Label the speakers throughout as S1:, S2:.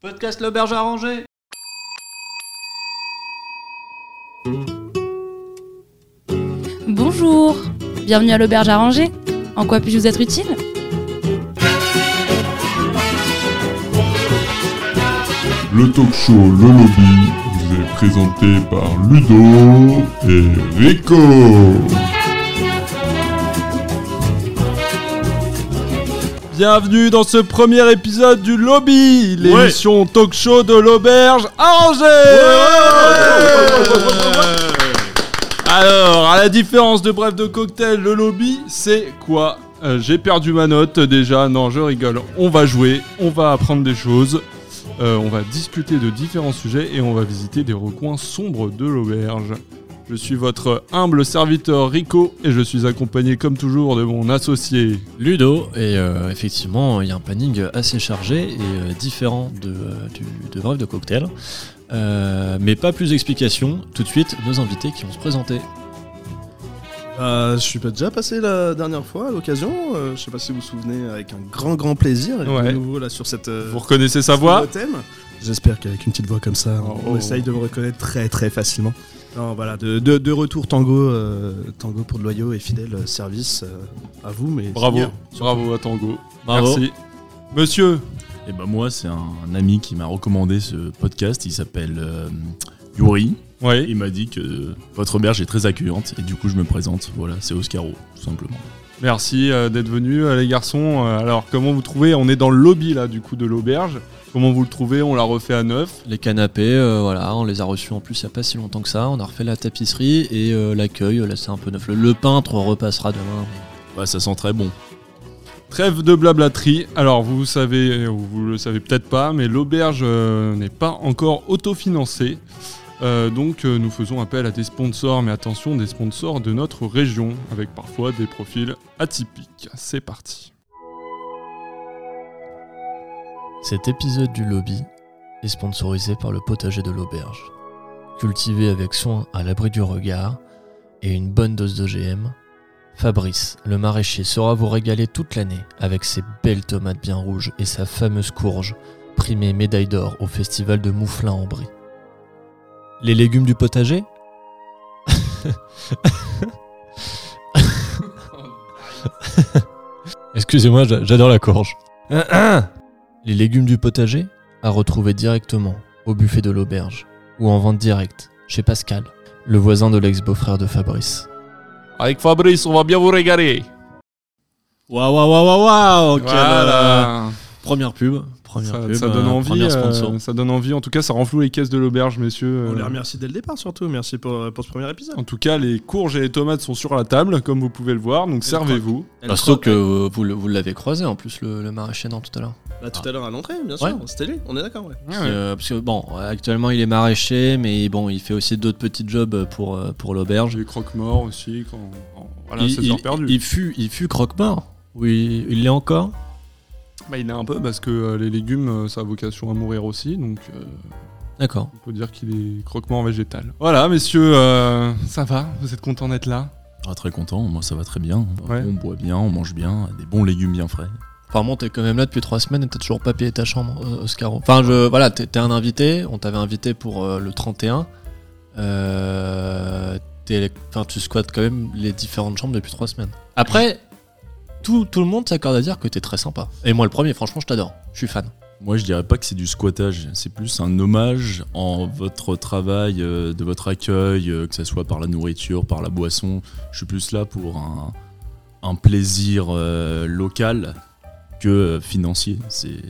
S1: Podcast l'auberge arrangée.
S2: Bonjour, bienvenue à l'auberge arrangée. En quoi puis-je vous être utile
S3: Le talk show Le Lobby vous est présenté par Ludo et Rico.
S4: Bienvenue dans ce premier épisode du Lobby, l'émission talk show de l'auberge à Angers Alors, à la différence de Bref de Cocktail, le Lobby, c'est quoi Euh, J'ai perdu ma note euh, déjà, non je rigole, on va jouer, on va apprendre des choses, euh, on va discuter de différents sujets et on va visiter des recoins sombres de l'auberge. Je suis votre humble serviteur Rico et je suis accompagné comme toujours de mon associé
S5: Ludo, et euh, effectivement, il y a un planning assez chargé et euh, différent de, euh, du, de Bref de Cocktail. Euh, mais pas plus d'explications, tout de suite nos invités qui vont se présenter.
S6: Euh, je suis pas déjà passé la dernière fois à l'occasion. euh, je sais pas si vous vous souvenez, avec un grand grand plaisir. et
S4: Ouais.
S6: De nouveau là sur cette. euh,
S4: Vous reconnaissez sa
S6: sur
S4: voix
S6: le thème. J'espère qu'avec une petite voix comme ça,
S4: Oh.
S6: on essaye de me reconnaître très très facilement. Non, voilà, de, de- de retour tango, euh, tango pour de loyaux et fidèle euh, service euh, à vous, mais
S4: Bravo,
S6: Seigneur.
S4: bravo à Tango.
S5: Bravo.
S4: Merci. Monsieur,
S7: Et ben moi, c'est un, un ami qui m'a recommandé ce podcast. Il s'appelle euh, Yuri. Et
S4: oui,
S7: Il m'a dit que votre auberge est très accueillante. Et du coup, je me présente. Voilà, c'est Oscaro, tout simplement.
S4: merci euh, d'être venu les garçons. Euh, Alors comment vous trouvez On est dans le lobby là du coup de l'auberge. Comment vous le trouvez On l'a refait à neuf.
S5: Les canapés, euh, voilà, on les a reçus en plus il n'y a pas si longtemps que ça. On a refait la tapisserie et euh, l'accueil, euh, là c'est un peu neuf. Le, le peintre repassera demain.
S7: Ouais, ça sent très bon.
S4: Trêve de blablaterie. Alors vous savez, euh, ou vous le savez peut-être pas, mais l'auberge euh, n'est pas encore autofinancée. Euh, donc euh, nous faisons appel à des sponsors, mais attention, des sponsors de notre région, avec parfois des profils atypiques. C'est parti.
S5: Cet épisode du lobby est sponsorisé par le potager de l'auberge. Cultivé avec soin à l'abri du regard et une bonne dose d'OGM, Fabrice, le maraîcher, saura vous régaler toute l'année avec ses belles tomates bien rouges et sa fameuse courge, primée médaille d'or au festival de Mouflin-en-Brie. Les légumes du potager Excusez-moi, j'a- j'adore la courge. Les légumes du potager à retrouver directement au buffet de l'auberge ou en vente directe chez Pascal, le voisin de l'ex-beau-frère de Fabrice.
S4: Avec Fabrice, on va bien vous régaler.
S5: Waouh, waouh, waouh, waouh quelle, euh,
S4: Voilà.
S5: Première pub, première
S4: Ça,
S5: pub,
S4: ça donne
S5: euh,
S4: envie,
S5: première sponsor.
S4: euh, ça donne envie. En tout cas, ça renfloue les caisses de l'auberge, messieurs.
S6: On les
S4: Euh,
S6: remercie dès le départ surtout. Merci pour, euh, pour ce premier épisode.
S4: En tout cas, les courges et les tomates sont sur la table, comme vous pouvez le voir. Donc servez-vous.
S5: Bah, surtout que euh, vous, le- vous l'avez croisé en plus, le, le maraîcher, non, tout à l'heure.
S4: Ah.
S6: Bah, tout à l'heure à l'entrée, bien sûr.
S5: Ouais.
S6: C'était lui. On est d'accord. Ah Ouais.
S5: Qui, euh, parce que bon, actuellement il est maraîcher, mais bon, il fait aussi d'autres petits jobs pour, euh, pour l'auberge.
S4: J'ai les croque-morts aussi. Quand... en- Voilà,
S5: il,
S4: 16 heures
S5: il-
S4: perdues.
S5: il fut, il fut croque-mort. Oui, il l'est encore.
S4: Bah, il est un peu parce que euh, les légumes, euh, ça a vocation à mourir aussi. Donc euh,
S5: D'accord.
S4: on peut dire qu'il est croque-mort végétal. Voilà, messieurs, euh, ça va Vous êtes contents d'être là
S7: Ah, très content. Moi, ça va très bien.
S4: Ouais.
S7: On boit bien, on mange bien. Des bons légumes bien frais.
S5: Enfin bon, t'es quand même là depuis trois semaines et t'as toujours pas payé ta chambre, euh, Oscaro. Enfin, je, voilà, t'es t'es un invité, on t'avait invité pour euh, le 31. Euh, t'es- enfin, tu squattes quand même les différentes chambres depuis trois semaines. Après, tout, tout le monde s'accorde à dire que t'es très sympa. Et moi le premier, franchement, je t'adore. Je suis fan.
S7: Moi, je dirais pas que c'est du squattage. C'est plus un hommage en votre travail, euh, de votre accueil, euh, que ce soit par la nourriture, par la boisson. Je suis plus là pour un, un plaisir euh, local que euh, financier. C'est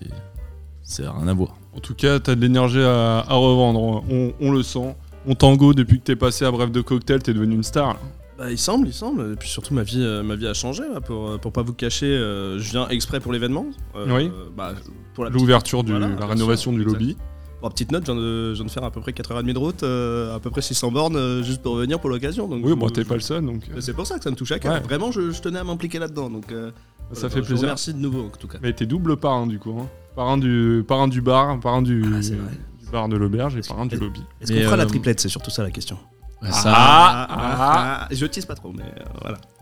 S7: c'est rien à voir.
S4: En tout cas, t'as de l'énergie à, à revendre. On, on le sent. On tango depuis que t'es passé à Bref de Cocktail, t'es devenu une star. là.
S6: Bah, il semble, il semble. Et puis surtout, ma vie, euh, ma vie a changé. là, pour, euh, pour pas vous cacher, euh, je viens exprès pour l'événement. Euh,
S4: Oui.
S6: euh, bah, pour la petite,
S4: L'ouverture, du,
S6: Voilà,
S4: la
S6: bien
S4: rénovation
S6: sûr,
S4: du lobby.
S6: pour la petite note, je viens, de, je viens de faire à peu près 4h30 de route, euh, à peu près 600 bornes, euh, juste pour venir pour l'occasion. donc
S4: Oui,
S6: je-
S4: bon, t'es
S6: je-
S4: pas le seul, donc euh,
S6: C'est pour ça que ça me touche à cœur.
S4: Ouais.
S6: Vraiment, je, je tenais à m'impliquer là-dedans. Donc, euh,
S4: ça
S6: voilà,
S4: fait
S6: je vous
S4: plaisir.
S6: remercie de nouveau, en tout cas.
S4: Mais t'es double parrain du coup. Hein. Parrain, du, parrain du bar, parrain du,
S6: Ah, c'est vrai.
S4: du bar de l'auberge et parrain du lobby.
S6: Est-ce
S5: Mais,
S6: qu'on fera la
S5: euh,
S6: triplette C'est surtout ça la question.
S4: Ah,
S6: ah, Je tease pas trop, mais euh,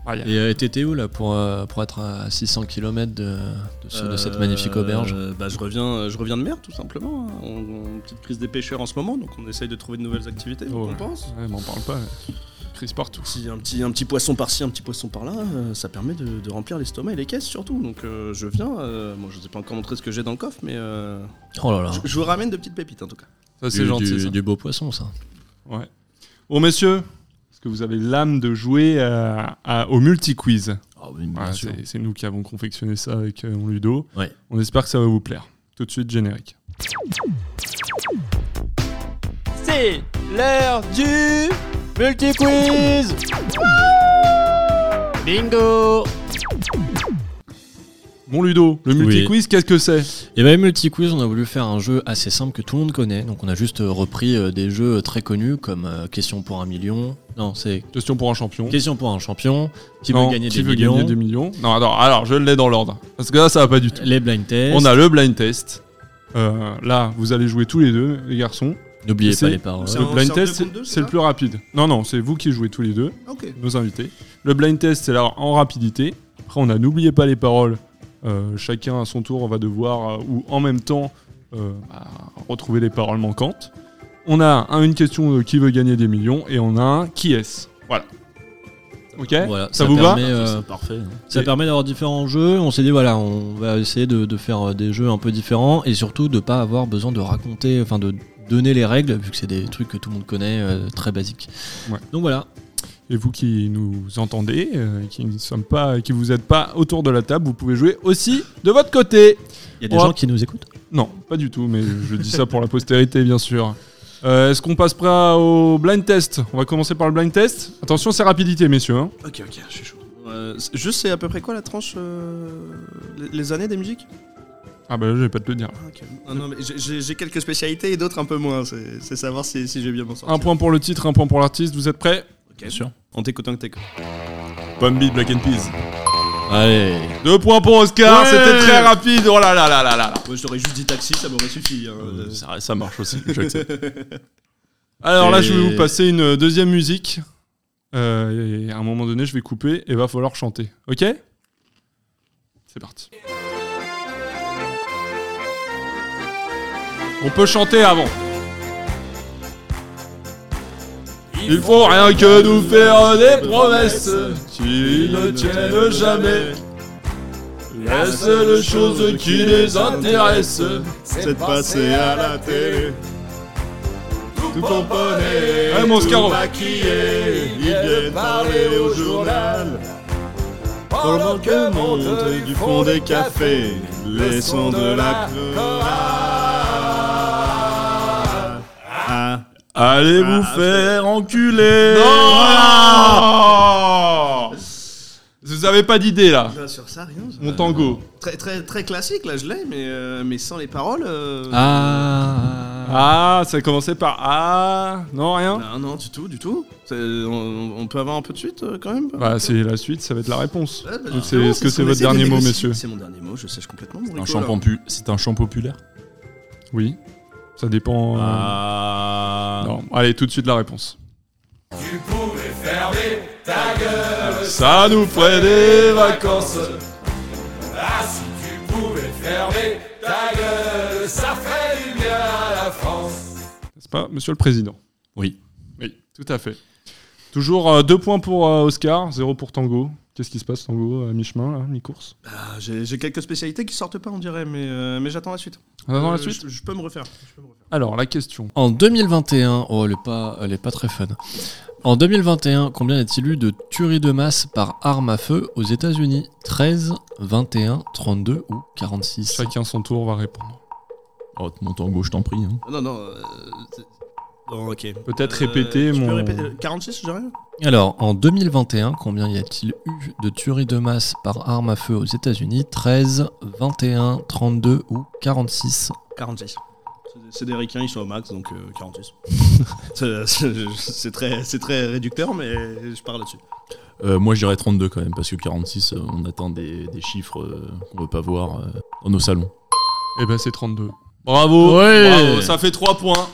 S6: voilà.
S5: Et euh, t'étais où là pour, euh, pour être à 600 km de, de ce- de cette
S6: Euh,
S5: magnifique auberge
S6: bah, je, reviens, euh, je reviens de mer, tout simplement. hein. On, on- petite crise des pêcheurs en ce moment, donc on essaye de trouver de nouvelles activités, donc
S4: Oh,
S6: on pense.
S4: Ouais, m'en parle pas. Crise partout.
S6: Si un petit, un petit poisson par-ci, un petit poisson par-là, euh, ça permet de, de remplir l'estomac et les caisses surtout. Donc euh, je viens, euh, moi je ne ai pas encore montré ce que j'ai dans le coffre, mais euh,
S5: Oh là là.
S6: je, je vous ramène de petites pépites en tout cas.
S4: Ça, c'est
S5: Du-
S4: gentil.
S5: Du,
S4: ça.
S5: du beau poisson, ça.
S4: Ouais. Bon, messieurs, est-ce que vous avez l'âme de jouer euh, à- au multi-quiz
S7: Ah oui, bien
S4: Ouais,
S7: sûr.
S4: c'est- C'est nous qui avons confectionné ça avec euh, mon Ludo.
S5: Ouais.
S4: On espère que ça va vous plaire. Tout de suite, générique.
S1: C'est l'heure du multi-quiz Bingo
S4: Mon Ludo, le
S5: Oui.
S4: multi-quiz, qu'est-ce que c'est
S5: Et bien, Multi-Quiz, on a voulu faire un jeu assez simple que tout le monde connaît. Donc, on a juste euh, repris euh, des jeux très connus comme euh, Question pour un million. Non, c'est
S4: Question pour un champion.
S5: Question pour un champion. Qui
S4: Non,
S5: veut gagner
S4: qui
S5: des
S4: veut
S5: millions
S4: gagner des millions Non, alors, alors je l'ai dans l'ordre. Parce que là, ça va pas du tout.
S5: Les blind tests.
S4: On a le blind test. Euh, là, vous allez jouer tous les deux, les garçons.
S5: N'oubliez
S4: c'est-
S5: pas les paroles.
S6: c'est
S4: Le
S6: un-
S4: blind
S6: un
S4: test,
S6: deux contre deux,
S4: c'est-
S6: c'est
S4: c'est le
S6: ça
S4: plus rapide. Non, non, c'est vous qui jouez tous les deux,
S6: Ok.
S4: nos invités. Le blind test, c'est là en rapidité. Après, on a n'oubliez pas les paroles. Euh, chacun à son tour va devoir, euh, ou en même temps, euh, bah, retrouver les paroles manquantes. On a un- une question de qui veut gagner des millions et on a un qui est-ce. Voilà. Ok
S5: Voilà,
S4: Ça vous va
S5: permet,
S7: Ça,
S5: euh,
S7: c'est parfait. hein.
S5: Ça
S4: Et-
S5: permet d'avoir différents jeux. On s'est dit, voilà, on va essayer de, de faire euh, des jeux un peu différents et surtout de pas avoir besoin de raconter, enfin de donner les règles, vu que c'est des trucs que tout le monde connaît, euh, très basiques.
S4: Ouais.
S5: Donc voilà.
S4: Et vous qui nous entendez, euh, qui ne sommes pas, qui vous êtes pas autour de la table, vous pouvez jouer aussi de votre côté.
S5: Il y a des
S4: Ouais.
S5: gens qui nous écoutent
S4: Non, pas du tout, mais je dis ça pour la postérité, bien sûr. Euh, Est-ce qu'on passe pas au blind test On va commencer par le blind test. Attention, c'est rapidité, messieurs. hein.
S6: Ok, ok, je suis chaud. Euh, c'est- juste, c'est à peu près quoi la tranche euh, les, les années des musiques
S4: Ah bah, je vais pas te le dire.
S6: Ah, ok. Ah, non, mais j'ai- j'ai j'ai quelques spécialités et d'autres un peu moins. C'est c'est savoir si, si j'ai bien m'en sortir.
S4: Un point pour le titre, un point pour l'artiste. Vous êtes prêts
S6: Bien sûr. En t'écoutant que t'écoutes.
S7: Bambi, Black and Peas.
S5: Allez.
S4: Deux points pour Oscar.
S6: Ouais
S4: C'était très rapide. Oh là là là là là. là.
S6: Moi, j'aurais juste dit taxi, ça m'aurait suffi. hein.
S7: Euh, ça, ça marche aussi, j'accepte.
S4: Alors là,
S5: Et-
S4: je vais vous passer une deuxième musique. Euh, et à un moment donné, je vais couper et va falloir chanter. Ok C'est parti. On peut chanter avant. Il faut rien que nous faire des promesses qui ne tiennent jamais. La seule chose qui les intéresse,
S6: C'est de passer à la télé.
S4: tout tamponné, Allez, mon Scarro.
S6: parler au journal. Pendant que monte du fond des cafés, les sons de la chorale. Ah,
S7: Allez
S6: Ah,
S7: vous
S6: c'est-
S7: faire enculer
S4: Oh Vous avez pas d'idée là
S6: bah, sur ça, rien. ça.
S4: Mon tango.
S6: Très, très, très classique, là, je l'ai, mais, euh, mais sans les paroles. euh,
S5: Ah.
S4: Ah, ça commençait par Ah. Non, rien
S6: Non, non, du tout, du tout. C'est- On, on peut avoir un peu de suite euh, quand même
S4: Bah, c'est la suite, ça va être la réponse.
S6: Ouais, bah,
S4: Donc,
S6: c'est
S4: c'est-
S6: bon,
S4: Est-ce que
S6: ce
S4: c'est
S6: qu'on
S4: votre
S6: essaie de
S4: dernier mot,
S6: négocier.
S4: messieurs
S6: C'est mon dernier mot, je sèche complètement. mon
S7: Un
S6: Rico,
S7: chant
S6: là.
S7: pompu- C'est un chant populaire
S4: Oui. Ça dépend. euh,
S7: Ah.
S4: Non, allez, tout de suite la réponse. Ça nous ferait des vacances. N'est-ce pas, monsieur le président
S7: Oui.
S4: Oui, tout à fait. Toujours euh, deux points pour euh, Oscar, zéro pour Tango. Qu'est-ce qui se passe, Tango, euh, à mi-chemin, là, mi-course
S6: Ah, J'ai j'ai quelques spécialités qui sortent pas, on dirait, mais, euh, mais j'attends la suite.
S4: On attend la
S6: Euh,
S4: suite
S6: je, je peux me refaire. je peux me refaire.
S4: Alors, la question.
S5: En 2021, oh elle est pas, elle est pas très fun. En 2021, combien y a-t-il eu de tueries de masse par arme à feu aux États-Unis 13, 21, 32 ou 46
S4: Chacun son tour va répondre.
S7: Oh, mon tango, je t'en prie. hein.
S6: Non, non. euh, c'est- bon, ok.
S4: Peut-être
S6: Euh,
S4: répéter
S6: tu
S4: mon.
S6: peux répéter le- 46, je dirais
S5: Alors, en 2021, combien y a-t-il eu de tueries de masse par arme à feu aux États-Unis 13, 21, 32 ou 46
S6: 46. C'est des ricains, ils sont au max, donc euh, 46. C'est- c'est c'est très, c'est très réducteur, mais je pars là-dessus.
S7: Euh, moi, je dirais 32 quand même, parce que 46, euh, on attend des, des chiffres euh, qu'on veut pas voir euh, dans nos salons.
S4: Eh ben, c'est 32. Bravo,
S5: Ouais.
S4: Bravo, Ça fait trois points.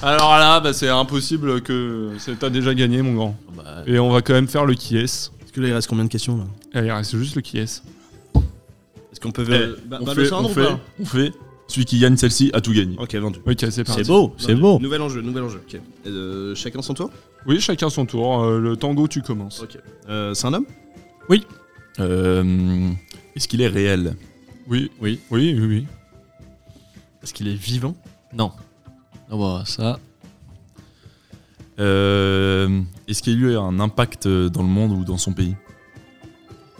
S4: Alors là, bah, c'est impossible que c'est- t'as déjà gagné, mon grand.
S6: Bah,
S4: Et on va quand même faire le qui est.
S6: Est-ce que là, il reste combien de questions là
S4: Allez, Eh, il reste juste le qui est.
S6: Est-ce qu'on peut. Bah,
S7: Eh, on, fait, on, fait, on fait. Celui qui gagne celle-ci a tout gagné.
S6: Ok, vendu.
S4: Ok, c'est parti.
S6: C'est
S5: Oh,
S6: beau,
S7: c'est beau.
S6: Nouvel enjeu, nouvel enjeu. Ok. Euh, chacun son tour
S4: Oui, chacun son tour. Euh, le tango, tu commences.
S6: Ok. Euh, c'est un homme
S7: Euh, Est-ce qu'il est réel
S4: Oui,
S7: Oui.
S4: oui, oui, oui.
S6: Est-ce qu'il est vivant
S5: Non. Ah bah, ça,
S7: Euh, Est-ce qu'il y a eu un impact dans le monde ou dans son pays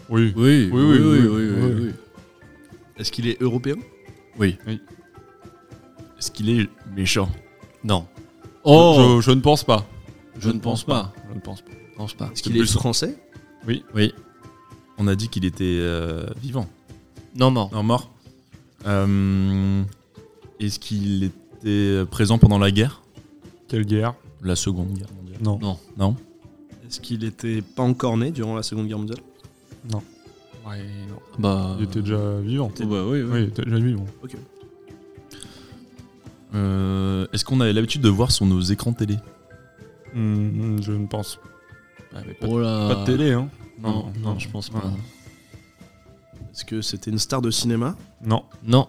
S4: Oui.
S5: Oui,
S4: Oui, oui, oui, oui, oui.
S6: Est-ce qu'il est européen
S7: Est-ce qu'il est méchant
S5: Non,
S4: Oh je, je ne pense pas.
S5: je ne pense pas.
S4: Je ne pense pas.
S5: Je pense pas.
S6: Est-ce qu'il est français
S7: On a dit qu'il était euh, vivant.
S5: Non, mort.
S7: Non, mort. Euh, Est-ce qu'il était présent pendant la guerre
S4: Quelle guerre
S7: La seconde guerre mondiale.
S4: Non.
S5: Non.
S7: Non
S6: Est-ce qu'il était pas encore né durant la Seconde Guerre mondiale
S4: Ouais, non.
S5: Bah,
S4: Il était déjà vivant.
S5: oh bah oui, oui.
S4: Oui, il était déjà vivant.
S7: Euh, Est-ce qu'on avait l'habitude de voir sur nos écrans télé
S4: Hum, hum, je ne pense
S5: Ah, mais
S4: pas-
S5: oh là.
S4: pas de télé, hein.
S5: Non, non, je pense pas.
S4: Non.
S6: Est-ce que c'était une star de cinéma
S4: Non.
S5: Non,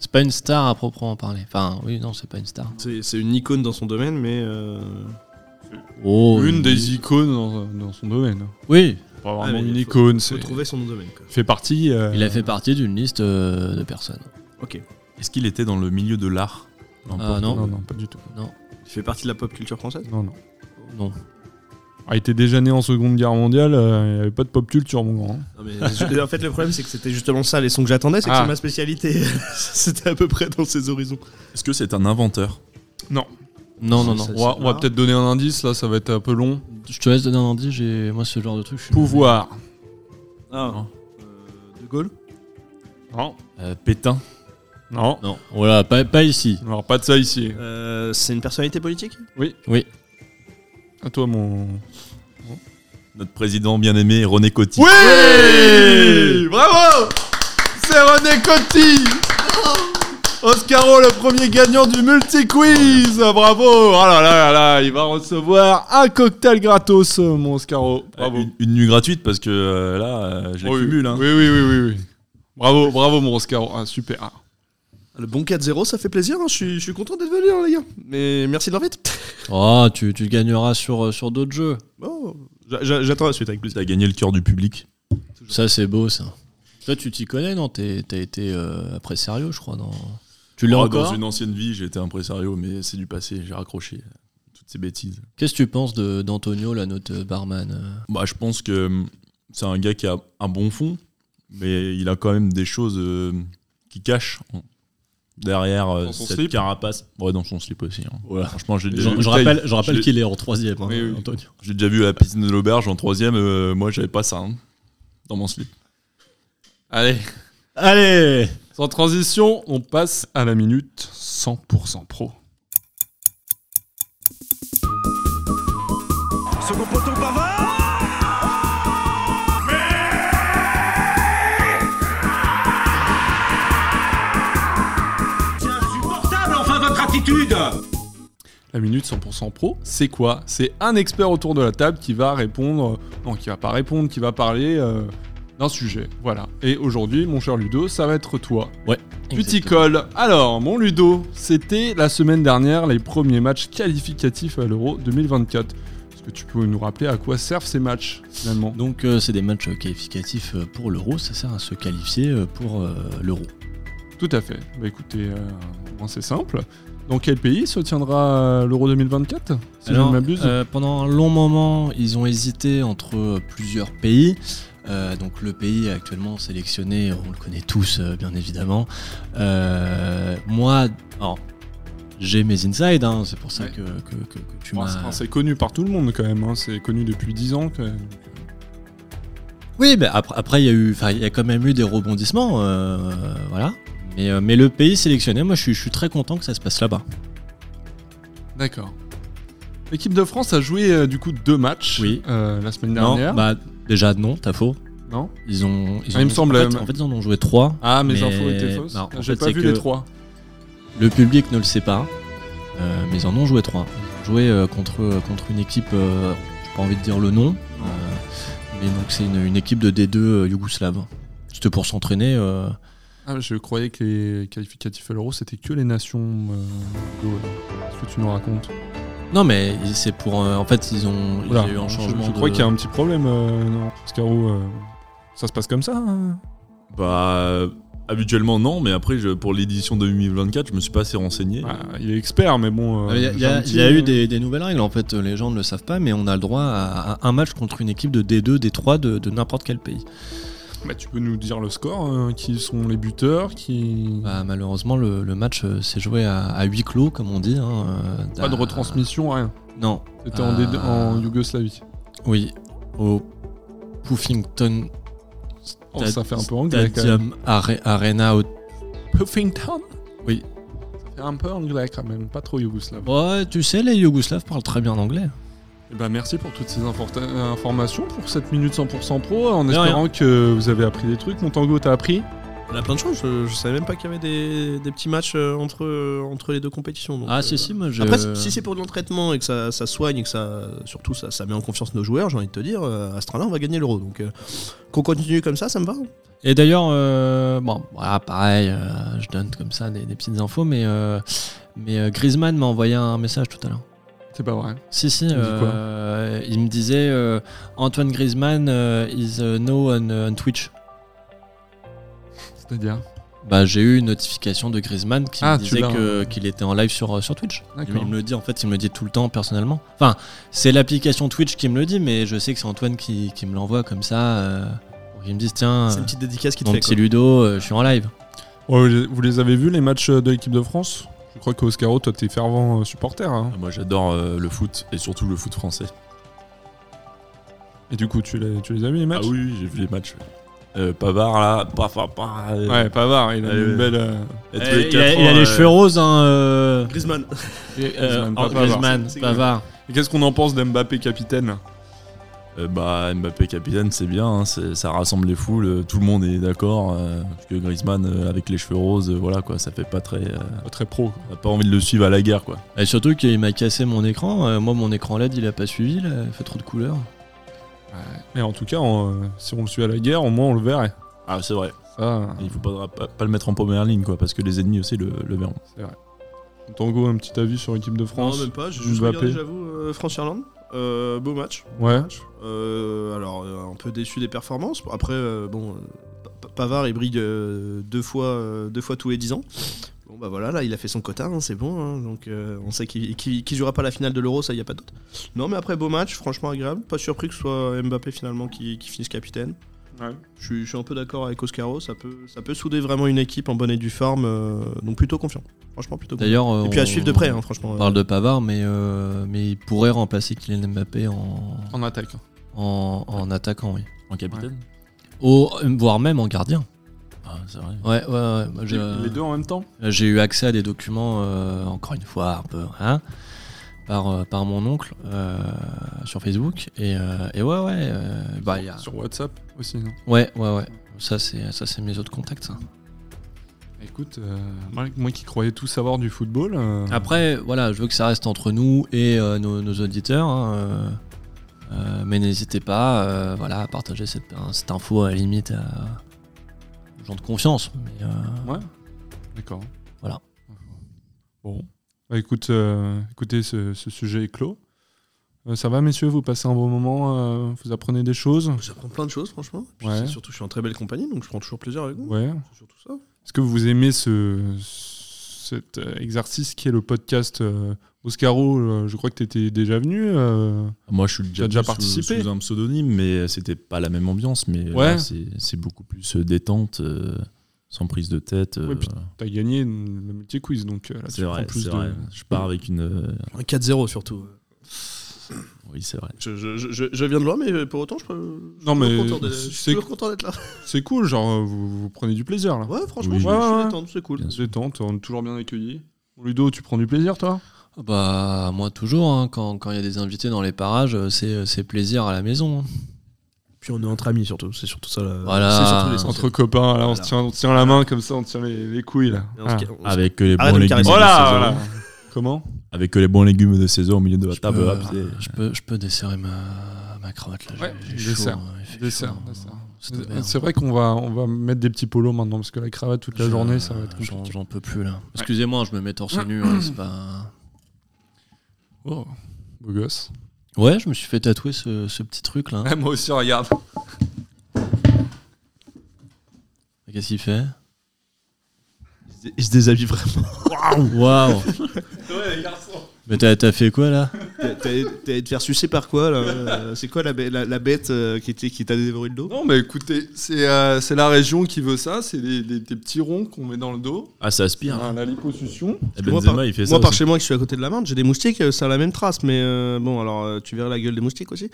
S5: c'est pas une star à proprement parler. Enfin, oui, non, c'est pas une star.
S6: C'est c'est une icône dans son domaine, mais. euh,
S5: Oh,
S4: Une des icônes dans, dans son domaine.
S5: Oui,
S4: Pas
S6: Ah, mais
S4: vraiment
S6: il
S4: une
S6: faut-
S4: icône.
S6: faut
S4: C'est
S6: trouver son domaine quoi.
S4: fait partie. euh,
S5: il a fait partie d'une liste euh, de personnes.
S6: Ok.
S7: Est-ce qu'il était dans le milieu de l'art
S5: Ah non.
S4: Non, non, pas du tout.
S6: Il fait partie de la pop culture française
S4: Non, non.
S5: Non.
S4: A été déjà né en Seconde Guerre mondiale, euh, il n'y avait pas de pop culture, mon grand. hein.
S6: Non, mais je- en fait, le problème, c'est que c'était justement ça les sons que j'attendais, c'est que
S4: Ah.
S6: c'est ma spécialité. c'était à peu près dans ses horizons.
S7: Est-ce que c'est un inventeur
S5: Non, non,
S6: Ça,
S5: non.
S4: On va,
S6: c'est
S4: on va
S6: pas.
S4: peut-être donner un indice, là, ça va être un peu long.
S5: Je te laisse donner un indice, j'ai... moi ce genre de truc, je suis.
S4: Pouvoir.
S6: Ah. de Gaulle
S4: Non.
S7: Euh, Pétain
S4: Non.
S5: Non, voilà, pas, pas ici.
S4: Alors, pas de ça ici.
S6: Euh, C'est une personnalité politique
S4: À toi, mon.
S7: Notre président bien-aimé, René Coty.
S4: Oui Bravo C'est René Coty Oscaro, le premier gagnant du multi-quiz Bravo Oh là là là là, il va recevoir un cocktail gratos, euh, mon Oscaro.
S7: Euh,
S4: Bravo.
S7: une, une nuit gratuite parce que euh, là, euh, je
S4: Oui,
S7: l'accumule. hein.
S4: oui, oui, oui, oui, oui. Bravo, bravo, mon Oscaro. Ah, super. Ah.
S6: Le bon 4-0, ça fait plaisir, hein, je suis- je suis content d'être venu, hein, les gars. Mais merci de l'invite.
S5: Oh, tu, tu gagneras sur, euh, sur d'autres jeux.
S6: Bon, j'a- j'a- j'attends la suite avec plaisir.
S7: T'as gagné le cœur du public.
S5: Ça, c'est beau, ça. Toi, tu t'y connais, non T'es- T'as été euh, après sérieux, je crois, dans. Tu l'as
S7: Oh,
S5: encore
S7: dans une ancienne vie, j'étais impresario, mais c'est du passé, j'ai raccroché euh, toutes ces bêtises.
S5: Qu'est-ce que tu penses de- d'Antonio, là, notre euh, barman euh
S7: Bah, je pense que hum, c'est un gars qui a un bon fond, mais il a quand même des choses euh, qui cachent hein, derrière euh,
S4: Dans son
S7: cette
S4: slip.
S7: carapace. Ouais, dans son slip aussi. hein.
S5: Voilà.
S7: Franchement, j'ai déjà,
S5: Je,
S7: vu-
S5: je rappelle, je
S7: je-
S5: rappelle qu'il est en troisième, hein,
S4: Oui, oui.
S5: Antonio.
S7: j'ai déjà vu à la piscine de l'auberge en troisième. euh, moi, j'avais pas ça hein, dans mon slip.
S4: Allez,
S5: Allez
S4: sans transition, on passe à la minute 100% pro. La minute 100% pro, c'est quoi C'est un expert autour de la table qui va répondre, non, qui va pas répondre, qui va parler euh, d'un sujet. Voilà. Et aujourd'hui, mon cher Ludo, ça va être toi. Tu t'y colles. Alors, mon Ludo, c'était la semaine dernière les premiers matchs qualificatifs à l'Euro 2024. Est-ce que tu peux nous rappeler à quoi servent ces matchs finalement
S5: Donc euh, c'est des matchs euh, qualificatifs euh, pour l'euro, ça sert à se qualifier euh, pour euh, l'euro.
S4: Tout à fait. Bah écoutez, euh, au moins, c'est simple. Dans quel pays se tiendra euh, l'Euro 2024 Si je
S5: Alors,
S4: ne m'abuse.
S5: euh, pendant un long moment, ils ont hésité entre euh, plusieurs pays. Euh, donc le pays actuellement sélectionné, on le connaît tous euh, bien évidemment. Euh, moi, alors, j'ai mes insides, hein, c'est pour ça
S4: Ouais.
S5: que, que- que- que tu
S4: Bon,
S5: m'as...
S4: c'est- enfin, c'est connu par tout le monde quand même. hein. C'est connu depuis 10 ans. quand même.
S5: Oui, mais après, après, il y a eu, enfin, il y a quand même eu des rebondissements, euh, voilà. Mais, euh, mais le pays sélectionné, moi, je suis, je suis très content que ça se passe là-bas.
S4: D'accord. L'équipe de France a joué euh, du coup deux matchs
S5: Oui.
S4: euh, la semaine
S5: Non,
S4: dernière.
S5: bah, déjà non, t'as faux.
S4: Non
S5: Ils ont, ils
S4: Ah,
S5: en
S4: il me
S5: ont-
S4: semble,
S5: En
S4: euh,
S5: fait, en fait, ils en ont joué trois.
S4: Ah, mes
S5: Mais-
S4: infos étaient fausses.
S5: non, en
S4: J'ai
S5: fait,
S4: pas
S5: c'est
S4: vu
S5: que-
S4: les trois.
S5: Le public ne le sait pas. Euh, mais ils en ont joué trois. Ils ont joué euh, contre, euh, contre une équipe, euh, j'ai pas envie de dire le nom, euh, mais donc c'est une, une équipe de D2 euh, yougoslave. C'était pour s'entraîner. euh,
S4: Ah, je croyais que les qualificatifs à l'euro, c'était que les nations. euh, d'eau, là. ce que tu nous racontes.
S5: Non, mais c'est pour. euh, en fait, ils ont. Il y a
S4: Voilà.
S5: eu un
S4: Je-
S5: changement.
S4: Je,
S5: de-
S4: crois qu'il y a un petit problème, euh, non Parce qu'Aro, euh, ça se passe comme ça. hein
S7: Bah, euh, habituellement non, mais après, je- pour l'édition 2024, je me suis pas assez renseigné.
S4: Ah, il est expert, mais bon. euh,
S5: Il y a, il y a-
S4: j'ai un petit-
S5: il y a eu des, des nouvelles règles, en fait, les gens ne le savent pas, mais on a le droit à, à un match contre une équipe de D2, D3 de, de n'importe quel pays.
S4: Bah, tu peux nous dire le score, euh, qui sont les buteurs, qui.
S5: Bah, malheureusement, le, le match euh, s'est joué à, à huis clos, comme on dit. hein, euh,
S4: Pas de
S5: d'un-
S4: retransmission, rien.
S5: Non,
S4: C'était en, D2
S5: Euh,
S4: en Yougoslavie.
S5: oui, au Puffington
S4: Oh, ça fait un peu anglais quand même.
S5: Stadium Are- Arena. au-
S4: Puffington
S5: Oui.
S4: Ça fait un peu anglais quand même, pas trop yougoslave.
S5: Ouais, tu sais, les Yougoslaves parlent très bien anglais.
S4: Eh ben, merci pour toutes ces infor- informations, pour cette minute 100% pro, en
S5: De
S4: espérant que vous avez appris des trucs. Montango, t'as appris
S6: On a plein de choses. Je, je savais même pas qu'il y avait des, des petits matchs euh, entre, euh, entre les deux compétitions. donc,
S5: Ah,
S6: euh,
S5: si, si, moi j'ai.
S6: Après, si- si c'est pour de l'entraînement et que ça, ça soigne et que ça, surtout, ça, ça met en confiance nos joueurs, j'ai envie de te dire, euh, à ce train-là, on va gagner l'euro. Donc, euh, qu'on continue comme ça, ça me va. hein.
S5: Et d'ailleurs, euh, bon, voilà, pareil, euh, je donne comme ça des, des petites infos, mais, euh, mais euh, Griezmann m'a envoyé un message tout à l'heure.
S4: C'est pas vrai.
S5: Si, si,
S4: me dit quoi
S5: euh, il me disait euh, Antoine Griezmann euh, is euh, no on, on Twitch.
S4: C'est-à-dire
S5: Bah, j'ai eu une notification de Griezmann qui
S4: Ah,
S5: me
S4: tu
S5: disait
S4: l'as.
S5: que- qu'il était en live sur, euh, sur Twitch. Il
S4: D'accord.
S5: me le dit, en fait, il me le dit tout le temps personnellement. Enfin, c'est l'application Twitch qui me le dit, mais je sais que c'est Antoine qui, qui me l'envoie comme ça. euh, pour qu'il me dise Tiens,
S6: C'est
S5: euh,
S6: une petite dédicace qui te
S5: mon
S6: fait.
S5: petit
S6: quoi.
S5: Ludo, euh, je suis en live.
S4: Oh, vous les- vous les avez vus, les matchs de l'équipe de France Je crois qu'Oscaro, toi, t'es fervent euh, supporter. hein.
S7: Ah, Moi, j'adore euh, le foot, et surtout le foot français.
S4: Et du coup, tu les, tu les as vus, les matchs
S7: Ah oui, oui, j'ai vu les matchs. Euh, Pavard, là, paf, paf, paf. euh,
S4: Ouais, Pavard, il a
S7: Euh,
S4: une belle. euh,
S7: et tous les
S5: Eh, il,
S7: quatre
S5: a,
S7: ans,
S5: les
S7: euh,
S5: cheveux roses, hein. Euh,
S6: Griezmann.
S4: Griezmann, pas Pavard.
S5: Griezmann,
S6: C'est- c'est
S5: Pavard.
S4: Et qu'est-ce qu'on en pense d'Mbappé capitaine
S7: Euh, bah Mbappé capitaine c'est bien, hein, c'est- ça rassemble les foules, euh, tout le monde est d'accord. euh, parce que Griezmann euh, avec les cheveux roses, euh, voilà quoi, ça fait pas très, euh,
S4: Pas Très pro.
S7: on a pas envie de le suivre à la guerre quoi.
S5: Et Bah, surtout qu'il m'a cassé mon écran. Euh, moi, mon écran LED, il a pas suivi, là. il fait trop de couleurs.
S4: Mais en tout cas, on, euh, si on le suit à la guerre, au moins on le verrait.
S7: Ah c'est vrai.
S4: Ça,
S7: Il faut pas, pas, pas le mettre en première ligne quoi, parce que les ennemis aussi le, le verront.
S4: Tango, un petit avis sur l'équipe de France
S6: Non, même pas. J'ai
S4: Mbappé.
S6: juste regardé, j'avoue, euh, France-Irlande. Euh, beau match.
S4: Ouais.
S6: Euh, alors, euh, un peu déçu des performances. Après, euh, bon, euh, Pa- Pavard, il brille euh, deux, fois, euh, deux fois tous les 10 ans. Bon, bah voilà, là, il a fait son quota, hein, c'est bon. hein, donc, euh, on sait qu'il qu'il- qu'il jouera pas la finale de l'Euro, ça, y a pas de doute. Non, mais après, beau match, franchement agréable. Pas surpris que ce soit Mbappé finalement qui, qui finisse capitaine.
S4: Ouais.
S6: Je suis- je suis un peu d'accord avec Oscaro, ça peut, ça peut souder vraiment une équipe en bonne et due forme. euh, donc, plutôt confiant. Franchement, plutôt confiant.
S5: D'ailleurs, euh,
S6: Et puis à
S5: on- Ah.
S6: suivre de près, hein, franchement.
S5: On parle de Pavard, mais, euh, mais il pourrait remplacer Kylian Mbappé en, hein.
S4: En attaque.
S5: en, en attaquant, oui.
S7: En capitaine
S5: Au, euh, voire même en gardien.
S7: Ah c'est vrai.
S5: Ouais, ouais, ouais. Moi, j'ai-
S4: Les deux en même temps
S5: J'ai eu accès à des documents, euh, encore une fois, un peu, hein, par, euh, par mon oncle euh, sur Facebook. Et, euh, et ouais, ouais. euh, bah, il y a-
S4: Sur WhatsApp aussi, non
S5: Ouais, ouais, ouais. Ça, c'est ça, c'est mes autres contacts, ça.
S4: Écoute, euh, moi, moi qui croyais tout savoir du football. euh,
S5: Après, voilà, je veux que ça reste entre nous et euh, nos, nos auditeurs. hein, euh, euh, mais n'hésitez pas euh, voilà, à partager cette, hein, cette info à la limite à aux gens de confiance. Mais, euh,
S4: Ouais. D'accord.
S5: Voilà.
S4: Bon. Bah, écoute, euh, écoutez, ce, ce sujet est clos. Euh, ça va, messieurs Vous passez un bon moment euh, Vous apprenez des choses
S6: J'apprends plein de choses, franchement. Puis
S4: Ouais.
S6: c'est Surtout, je suis en très belle compagnie, donc je prends toujours plaisir avec vous.
S4: Ouais.
S6: C'est surtout ça.
S4: Est-ce que vous aimez ce, cet euh, exercice qui est le podcast euh, Oscaro euh, Je crois que tu étais déjà venu. euh,
S7: Moi je suis déjà,
S4: as déjà
S7: sous-
S4: participé
S7: sous un pseudonyme, mais c'était pas la même ambiance, mais
S4: Ouais.
S7: là, c'est c'est beaucoup plus euh, détente, euh, sans prise de tête. euh,
S4: Ouais, puis T'as gagné le multi-quiz, donc euh, là, tu
S7: c'est
S4: prends
S7: vrai,
S4: plus
S7: c'est
S4: de...
S7: vrai. Je pars avec une. euh,
S6: Un 4-0 surtout.
S7: Oui c'est vrai.
S6: Je, je- je- je viens de loin, mais pour autant, je peux. je suis
S4: Non, mais
S6: toujours content d'être- je
S4: c'est-
S6: suis toujours content d'être là.
S4: C'est cool, genre, euh, vous, vous prenez du plaisir, là.
S6: Ah. Ouais, franchement,
S7: Oui.
S6: je,
S4: Ouais,
S6: je suis
S4: ouais.
S6: détendu, c'est cool.
S7: Bien sûr.
S4: Détente, on est toujours bien accueillis. Ludo, tu prends du plaisir, toi
S5: bah, moi, toujours, hein, quand quand il y a des invités dans les parages, euh, c'est c'est plaisir à la maison. hein.
S6: Puis on est entre amis surtout, c'est surtout ça. là.
S5: Voilà.
S6: Ah, C'est surtout l'essentiel.
S4: Entre copains, là, on, se
S6: Voilà.
S4: tient, on se tient la main comme ça, on tient les, les couilles, là.
S6: Et on
S4: Ah.
S6: se ca- on se-
S7: Avec euh, les
S6: Arrête
S7: bons
S6: de me
S7: légumes.
S6: caresser.
S4: Voilà, voilà. Comment
S7: avec euh, les bons légumes de saison au milieu de la
S5: Je
S7: table.
S5: peux-
S7: là, puis des-
S5: je, peux, je peux desserrer ma, ma cravate là.
S4: Ouais,
S5: j'ai- j'ai
S4: dessert,
S5: chaud, hein, il fait
S4: dessert,
S5: chaud, hein,
S4: dessert.
S5: cette merde.
S4: C'est vrai qu'on va, on va mettre des petits polos maintenant parce que la cravate toute la
S5: Je-
S4: journée, ça va être
S5: j'en-
S4: compliqué.
S5: J'en peux plus là. Excusez-moi, je me mets torse nu, hein, c'est pas.
S4: Oh, beau gosse.
S5: Ouais, je me suis fait tatouer ce, ce petit truc là.
S4: Moi aussi, regarde.
S5: Qu'est-ce qu'il fait
S6: Il se déshabille vraiment.
S5: Waouh
S4: Ouais, les garçons.
S5: Mais t'as t'as fait quoi là
S6: T'as- T'as t'as été te faire sucer par quoi là Euh, C'est quoi la, bê- la- la bête euh, qui était- qui t'a dévoré le dos
S4: Non, mais écoutez, c'est euh, c'est la région qui veut ça. C'est des, des- des petits ronds qu'on met dans le dos.
S7: Ah, ça aspire.
S4: Ah, la liposuction.
S7: Et
S6: moi,
S7: Benzema,
S6: par-
S7: il fait ça.
S6: Moi, par
S7: aussi.
S6: chez moi, qui suis à côté de la Marne, j'ai des moustiques, euh, ça a la même trace. Mais euh, bon, alors euh, tu verras la gueule des moustiques aussi.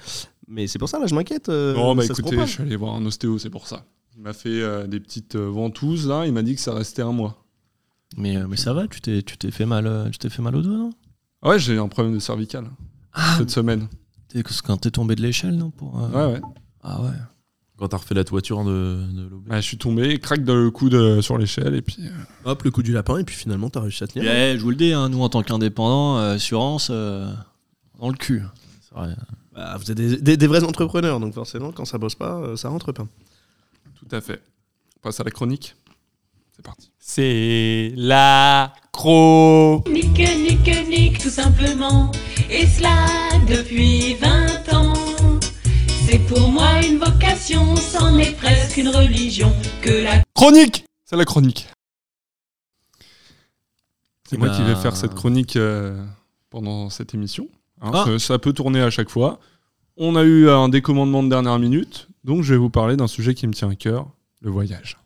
S6: Mais c'est pour ça, là, je m'inquiète. euh,
S4: non, bah
S6: ça se
S4: écoutez, je
S6: propage.
S4: suis allé voir un ostéo, c'est pour ça. Il m'a fait euh, des petites euh, ventouses là. Il m'a dit que ça restait un mois.
S5: mais, euh, mais ça va, tu t'es tu t'es fait mal euh, tu t'es fait mal au dos non
S4: Ah Ouais, j'ai un problème de cervical
S5: Ah
S4: cette semaine.
S5: t'es- c'est quand t'es tombé de l'échelle non pour, euh,
S4: Ouais, ouais.
S5: Ah ouais.
S7: Quand t'as refait la toiture de, de l'auberge.
S4: Bah, je suis tombé, craque dans le coude euh, sur l'échelle et puis. euh,
S6: Hop, le coup du lapin, et puis finalement, t'as réussi à tenir.
S5: Eh, je vous le dis, hein, nous en tant qu'indépendants, euh, assurance euh, dans le cul.
S7: C'est vrai.
S6: Bah, vous êtes des, des- des vrais entrepreneurs, donc forcément, quand ça bosse pas, euh, ça rentre pas.
S4: Tout à fait. On passe à la chronique. C'est parti.
S1: C'est la cro.
S8: Nique, nique, nique, tout simplement. Et cela depuis 20 ans. C'est pour moi une vocation, c'en est presque une religion. Que la
S4: Chronique C'est la chronique. C'est
S5: Eh
S4: moi
S5: ben-
S4: qui vais faire cette chronique euh, pendant cette émission. Hein,
S5: Ah.
S4: ça, ça peut tourner à chaque fois. On a eu un décommandement de dernière minute, donc je vais vous parler d'un sujet qui me tient à cœur, le voyage.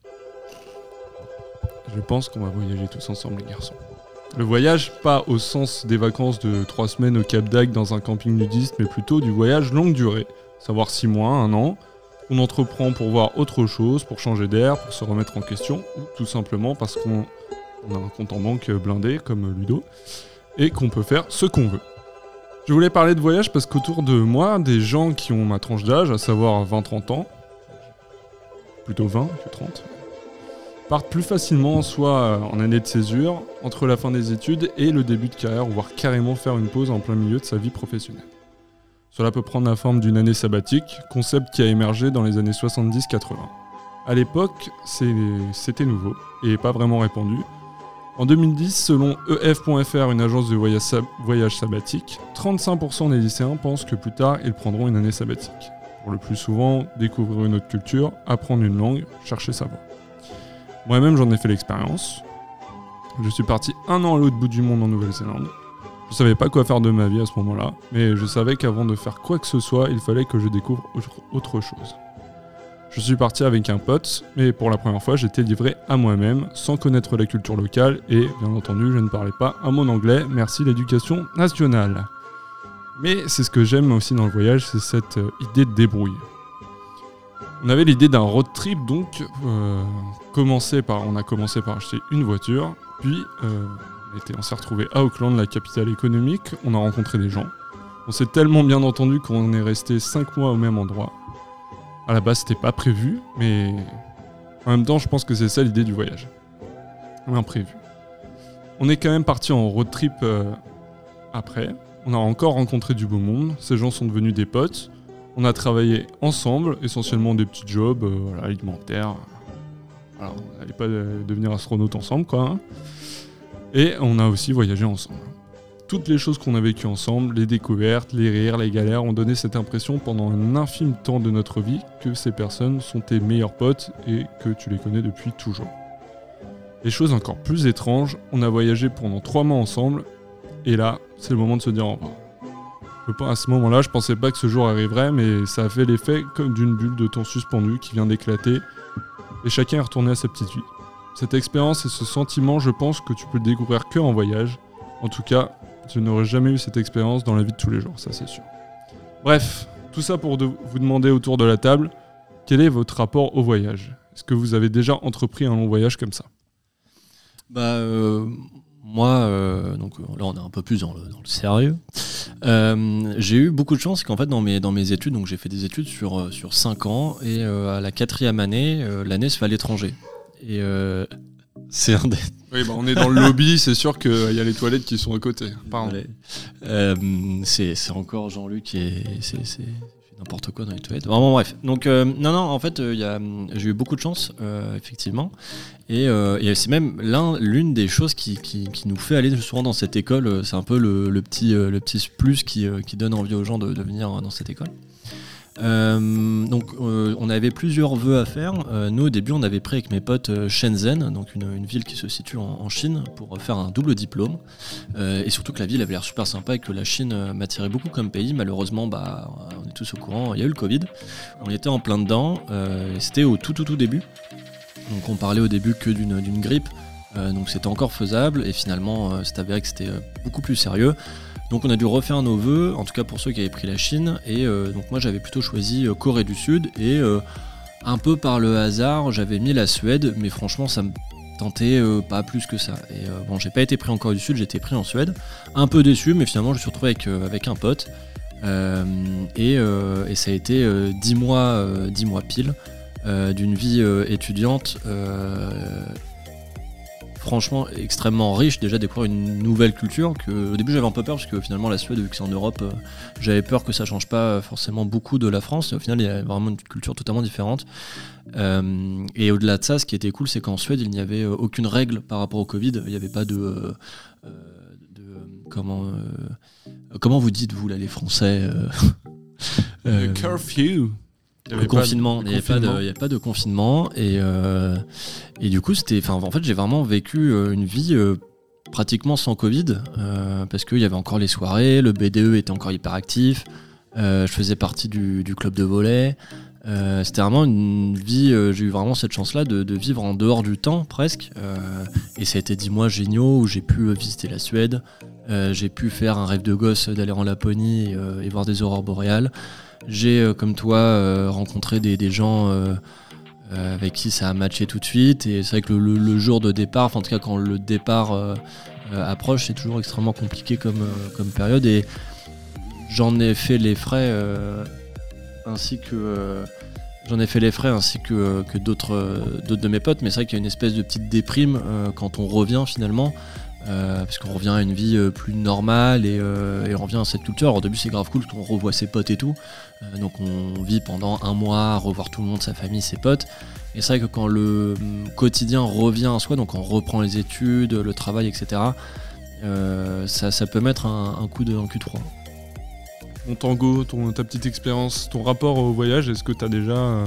S4: Je pense qu'on va voyager tous ensemble, les garçons. Le voyage, pas au sens des vacances de trois semaines au Cap d'Agde dans un camping nudiste, mais plutôt du voyage longue durée, savoir six mois, un an, qu'on entreprend pour voir autre chose, pour changer d'air, pour se remettre en question, ou tout simplement parce qu'on on a un compte en banque blindé comme Ludo, et qu'on peut faire ce qu'on veut. Je voulais parler de voyage parce qu'autour de moi, des gens qui ont ma tranche d'âge, à savoir 20-30 ans, plutôt 20 que 30, partent plus facilement soit euh, en année de césure, entre la fin des études et le début de carrière, voire carrément faire une pause en plein milieu de sa vie professionnelle. Cela peut prendre la forme d'une année sabbatique, concept qui a émergé dans les années 70-80. À l'époque, c'est- c'était nouveau et pas vraiment répandu. En 2010, selon E EF.fr, une agence de voyage, sab- voyage sabbatique, 35% des lycéens pensent que plus tard ils prendront une année sabbatique. Pour le plus souvent, découvrir une autre culture, apprendre une langue, chercher sa voie. Moi-même, j'en ai fait l'expérience. Je suis parti un an à l'autre bout du monde en Nouvelle-Zélande. Je savais pas quoi faire de ma vie à ce moment-là, mais je savais qu'avant de faire quoi que ce soit, il fallait que je découvre autre- autre chose. Je suis parti avec un pote, mais pour la première fois, j'étais livré à moi-même, sans connaître la culture locale, et bien entendu, je ne parlais pas un mot anglais, merci l'éducation nationale. Mais c'est ce que j'aime aussi dans le voyage, c'est cette euh, idée de débrouille. On avait l'idée d'un road trip, donc euh, commencé par, on a commencé par acheter une voiture, puis euh, on, était- on s'est retrouvé à Auckland, la capitale économique, on a rencontré des gens. On s'est tellement bien entendu qu'on est resté 5 mois au même endroit. À la base, c'était pas prévu, mais en même temps, je pense que c'est ça l'idée du voyage. L'imprévu. On est quand même parti en road trip euh, après. On a encore rencontré du beau monde. Ces gens sont devenus des potes. On a travaillé ensemble, essentiellement des petits jobs euh, voilà, alimentaires. Voilà, on n'allait pas euh, devenir astronaute ensemble, quoi. hein. Et on a aussi voyagé ensemble. Toutes les choses qu'on a vécues ensemble, les découvertes, les rires, les galères, ont donné cette impression pendant un infime temps de notre vie que ces personnes sont tes meilleurs potes et que tu les connais depuis toujours. Les choses encore plus étranges, on a voyagé pendant trois mois ensemble, et là, c'est le moment de se dire au revoir. Je peux pas- À ce moment-là, je pensais pas que ce jour arriverait, mais ça a fait l'effet comme d'une bulle de temps suspendu qui vient d'éclater, et chacun est retourné à sa petite vie. Cette expérience et ce sentiment, je pense que tu peux le découvrir que en voyage. En tout cas, je n'aurais jamais eu cette expérience dans la vie de tous les jours, ça c'est sûr. Bref, tout ça pour de- vous demander autour de la table, quel est votre rapport au voyage Est-ce que vous avez déjà entrepris un long voyage comme ça
S5: Bah, euh, moi, euh, donc euh, là, on est un peu plus dans le, dans le sérieux. Euh, j'ai eu beaucoup de chance, c'est qu'en fait, dans mes, dans mes études, donc j'ai fait des études sur, euh, sur 5 ans, et euh, à la quatrième année, euh, l'année se fait à l'étranger. Et euh, C'est un des-
S4: Oui, bah, on est dans le lobby, c'est sûr qu'il y a les toilettes qui sont à côté. Pardon.
S5: Allez. Euh, c'est c'est encore Jean-Luc et c'est c'est- c'est n'importe quoi dans les toilettes. Vraiment bref. Donc euh, non non en fait euh, il y a, hum, j'ai eu beaucoup de chance euh, effectivement et, euh, et c'est même l'un l'une des choses qui, qui- qui nous fait aller souvent dans cette école. euh, C'est un peu le, le petit euh, le petit plus qui, euh, qui donne envie aux gens de, de venir euh, dans cette école. Euh, donc euh, on avait plusieurs vœux à faire. Euh, nous au début on avait pris avec mes potes euh, Shenzhen, donc une, une ville qui se situe en, en Chine, pour faire un double diplôme. Euh, et surtout que la ville avait l'air super sympa et que la Chine euh, m'attirait beaucoup comme pays. Malheureusement, bah, on est tous au courant, il y a eu le Covid. On était en plein dedans. euh, et C'était au tout tout tout début. Donc on parlait au début que d'une d'une grippe. euh, donc c'était encore faisable. Et finalement, euh, c'est avéré que c'était euh, beaucoup plus sérieux. Donc on a dû refaire nos vœux, en tout cas pour ceux qui avaient pris la Chine. Et euh, donc moi j'avais plutôt choisi euh, Corée du Sud. Et euh, un peu par le hasard, j'avais mis la Suède. Mais franchement, ça me tentait euh, pas plus que ça. Et euh, bon, j'ai pas été pris en Corée du Sud, j'ai été pris en Suède. Un peu déçu, mais finalement, je me suis retrouvé avec, euh, avec un pote. Euh, et, euh, et ça a été euh, 10 mois, euh, 10 mois pile euh, d'une vie euh, étudiante. euh, Franchement, extrêmement riche, déjà découvrir une nouvelle culture. Que, au début, j'avais un peu peur parce que finalement, la Suède, vu que c'est en Europe, euh, j'avais peur que ça change pas euh, forcément beaucoup de la France. Et au final, il y a vraiment une culture totalement différente. Euh, et au-delà de ça, ce qui était cool, c'est qu'en Suède, il n'y avait euh, aucune règle par rapport au Covid. Il n'y avait pas de. euh, euh, de, euh, comment, euh, comment vous dites, vous, là, les Français euh, euh,
S4: Le curfew. Il y
S5: le
S4: avait pas de-
S5: confinement, il n'y avait, pas de-
S4: confinement.
S5: il y avait pas de confinement et, euh, et du coup c'était, enfin en fait j'ai vraiment vécu euh, une vie euh, pratiquement sans Covid euh, parce qu'il y avait encore les soirées, le BDE était encore hyper actif, euh, je faisais partie du, du club de volet, Euh, c'était vraiment une vie, euh, j'ai eu vraiment cette chance-là de, de vivre en dehors du temps presque Euh, et ça a été dix mois géniaux où j'ai pu euh, visiter la Suède, euh, j'ai pu faire un rêve de gosse euh, d'aller en Laponie euh, et voir des aurores boréales. J'ai, euh, comme toi, euh, rencontré des, des gens euh, euh, avec qui ça a matché tout de suite. Et c'est vrai que le, le- le jour de départ, enfin en tout cas quand le départ euh, euh, approche, c'est toujours extrêmement compliqué comme, euh, comme période. Et j'en ai fait les frais euh, ainsi que. euh, J'en ai fait les frais ainsi que, que d'autres euh, d'autres de mes potes, mais c'est vrai qu'il y a une espèce de petite déprime euh, quand on revient finalement, euh, parce qu'on revient à une vie euh, plus normale et, euh, et on revient à cette culture. Alors, au début c'est grave cool qu'on revoit ses potes et tout, euh, donc on vit pendant un mois, à revoir tout le monde, sa famille, ses potes. Et c'est vrai que quand le hum, quotidien revient à soi, donc on reprend les études, le travail, etc., euh, ça, ça peut mettre un, un coup de un Q3.
S4: Mon tango, ton, ta petite expérience, ton rapport au voyage, est-ce que tu as déjà euh,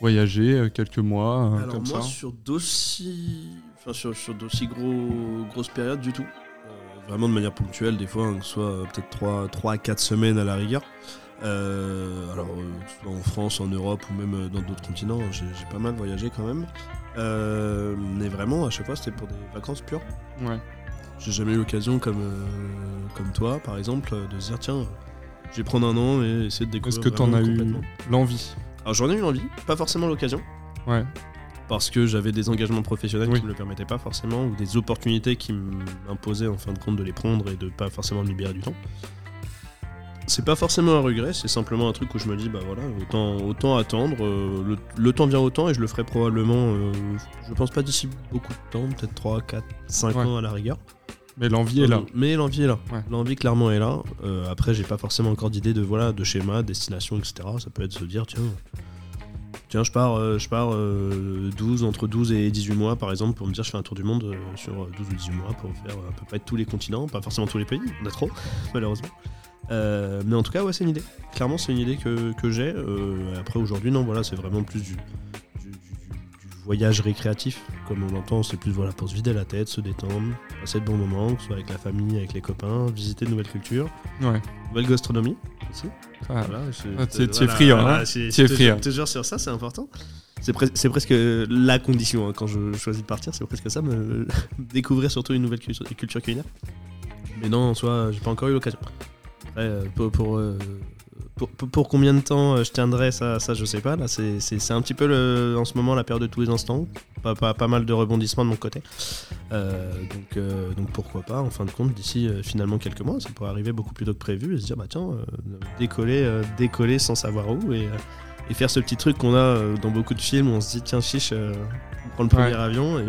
S4: voyagé euh, quelques mois euh,
S6: Alors
S4: comme
S6: moi
S4: ça
S6: sur d'aussi enfin, sur, sur d'aussi gros grosses périodes du tout. Euh, vraiment de manière ponctuelle des fois, hein, que ce soit euh, peut-être 3, à 4 semaines à la rigueur. Euh, alors euh, que ce soit en France, en Europe ou même euh, dans d'autres continents, hein, j'ai j'ai pas mal voyagé quand même. Euh, mais vraiment à chaque fois c'était pour des vacances pures.
S4: Ouais.
S6: J'ai jamais eu l'occasion comme, euh, comme toi par exemple euh, de se dire tiens je vais prendre un an et essayer de découvrir.
S4: Est-ce que t'en
S6: vraiment
S4: as eu
S6: complètement.
S4: l'envie
S6: Alors j'en ai eu envie, pas forcément l'occasion
S4: Ouais.
S6: parce que j'avais des engagements professionnels
S4: Oui.
S6: qui me le permettaient pas forcément ou des opportunités qui m'imposaient en fin de compte de les prendre et de pas forcément me libérer du temps. C'est pas forcément un regret, c'est simplement un truc où je me dis bah voilà, autant, autant attendre, euh, le, le temps vient au temps et je le ferai probablement euh, je pense pas d'ici beaucoup de temps, peut-être 3, 4, 5
S4: Ouais.
S6: ans à la rigueur.
S4: Mais l'envie est là.
S6: Mais l'envie est là.
S4: Ouais.
S6: L'envie clairement est là. Euh, après, j'ai pas forcément encore d'idée de voilà de schéma, destination, etc. Ça peut être se dire tiens, tiens je pars, euh, je pars euh, 12 entre 12 et 18 mois par exemple pour me dire je fais un tour du monde euh, sur euh, 12 ou 18 mois pour faire euh, à peu près tous les continents, pas forcément tous les pays, on a trop malheureusement. Euh, mais en tout cas ouais c'est une idée. Clairement c'est une idée que, que j'ai. Euh, après aujourd'hui non voilà c'est vraiment plus du, du- du- du voyage récréatif comme on l'entend c'est plus voilà pour se vider la tête, se détendre passer de bons moments, que ce soit avec la famille, avec les copains, visiter de nouvelles cultures,
S4: Ouais.
S6: nouvelle gastronomie aussi.
S4: Ah,
S6: Voilà, c'est
S4: Ah, t'es- t'es
S6: voilà,
S4: friand,
S6: voilà,
S4: hein.
S6: c'est-
S4: T'es
S6: je te-
S4: friand.
S6: Je te jure sur ça, c'est important. C'est pres- c'est presque la condition hein, quand je choisis de partir, c'est presque ça, me- découvrir surtout une nouvelle culture, culture culinaire. Mais non, en soi, j'ai pas encore eu l'occasion. Après, euh, pour, pour, euh, pour- pour- pour combien de temps euh, je tiendrai, ça, ça je sais pas. Là, c'est- c'est c'est un petit peu le- en ce moment la période de tous les instants. Pas, pas, pas mal de rebondissements de mon côté. Euh, donc, euh, donc pourquoi pas, en fin de compte, d'ici euh, finalement quelques mois, ça pourrait arriver beaucoup plus tôt que prévu et se dire, bah tiens, euh, décoller, euh, décoller sans savoir où et, euh, et faire ce petit truc qu'on a euh, dans beaucoup de films où on se dit, tiens, chiche, euh, on prend le premier
S4: Ouais.
S6: avion et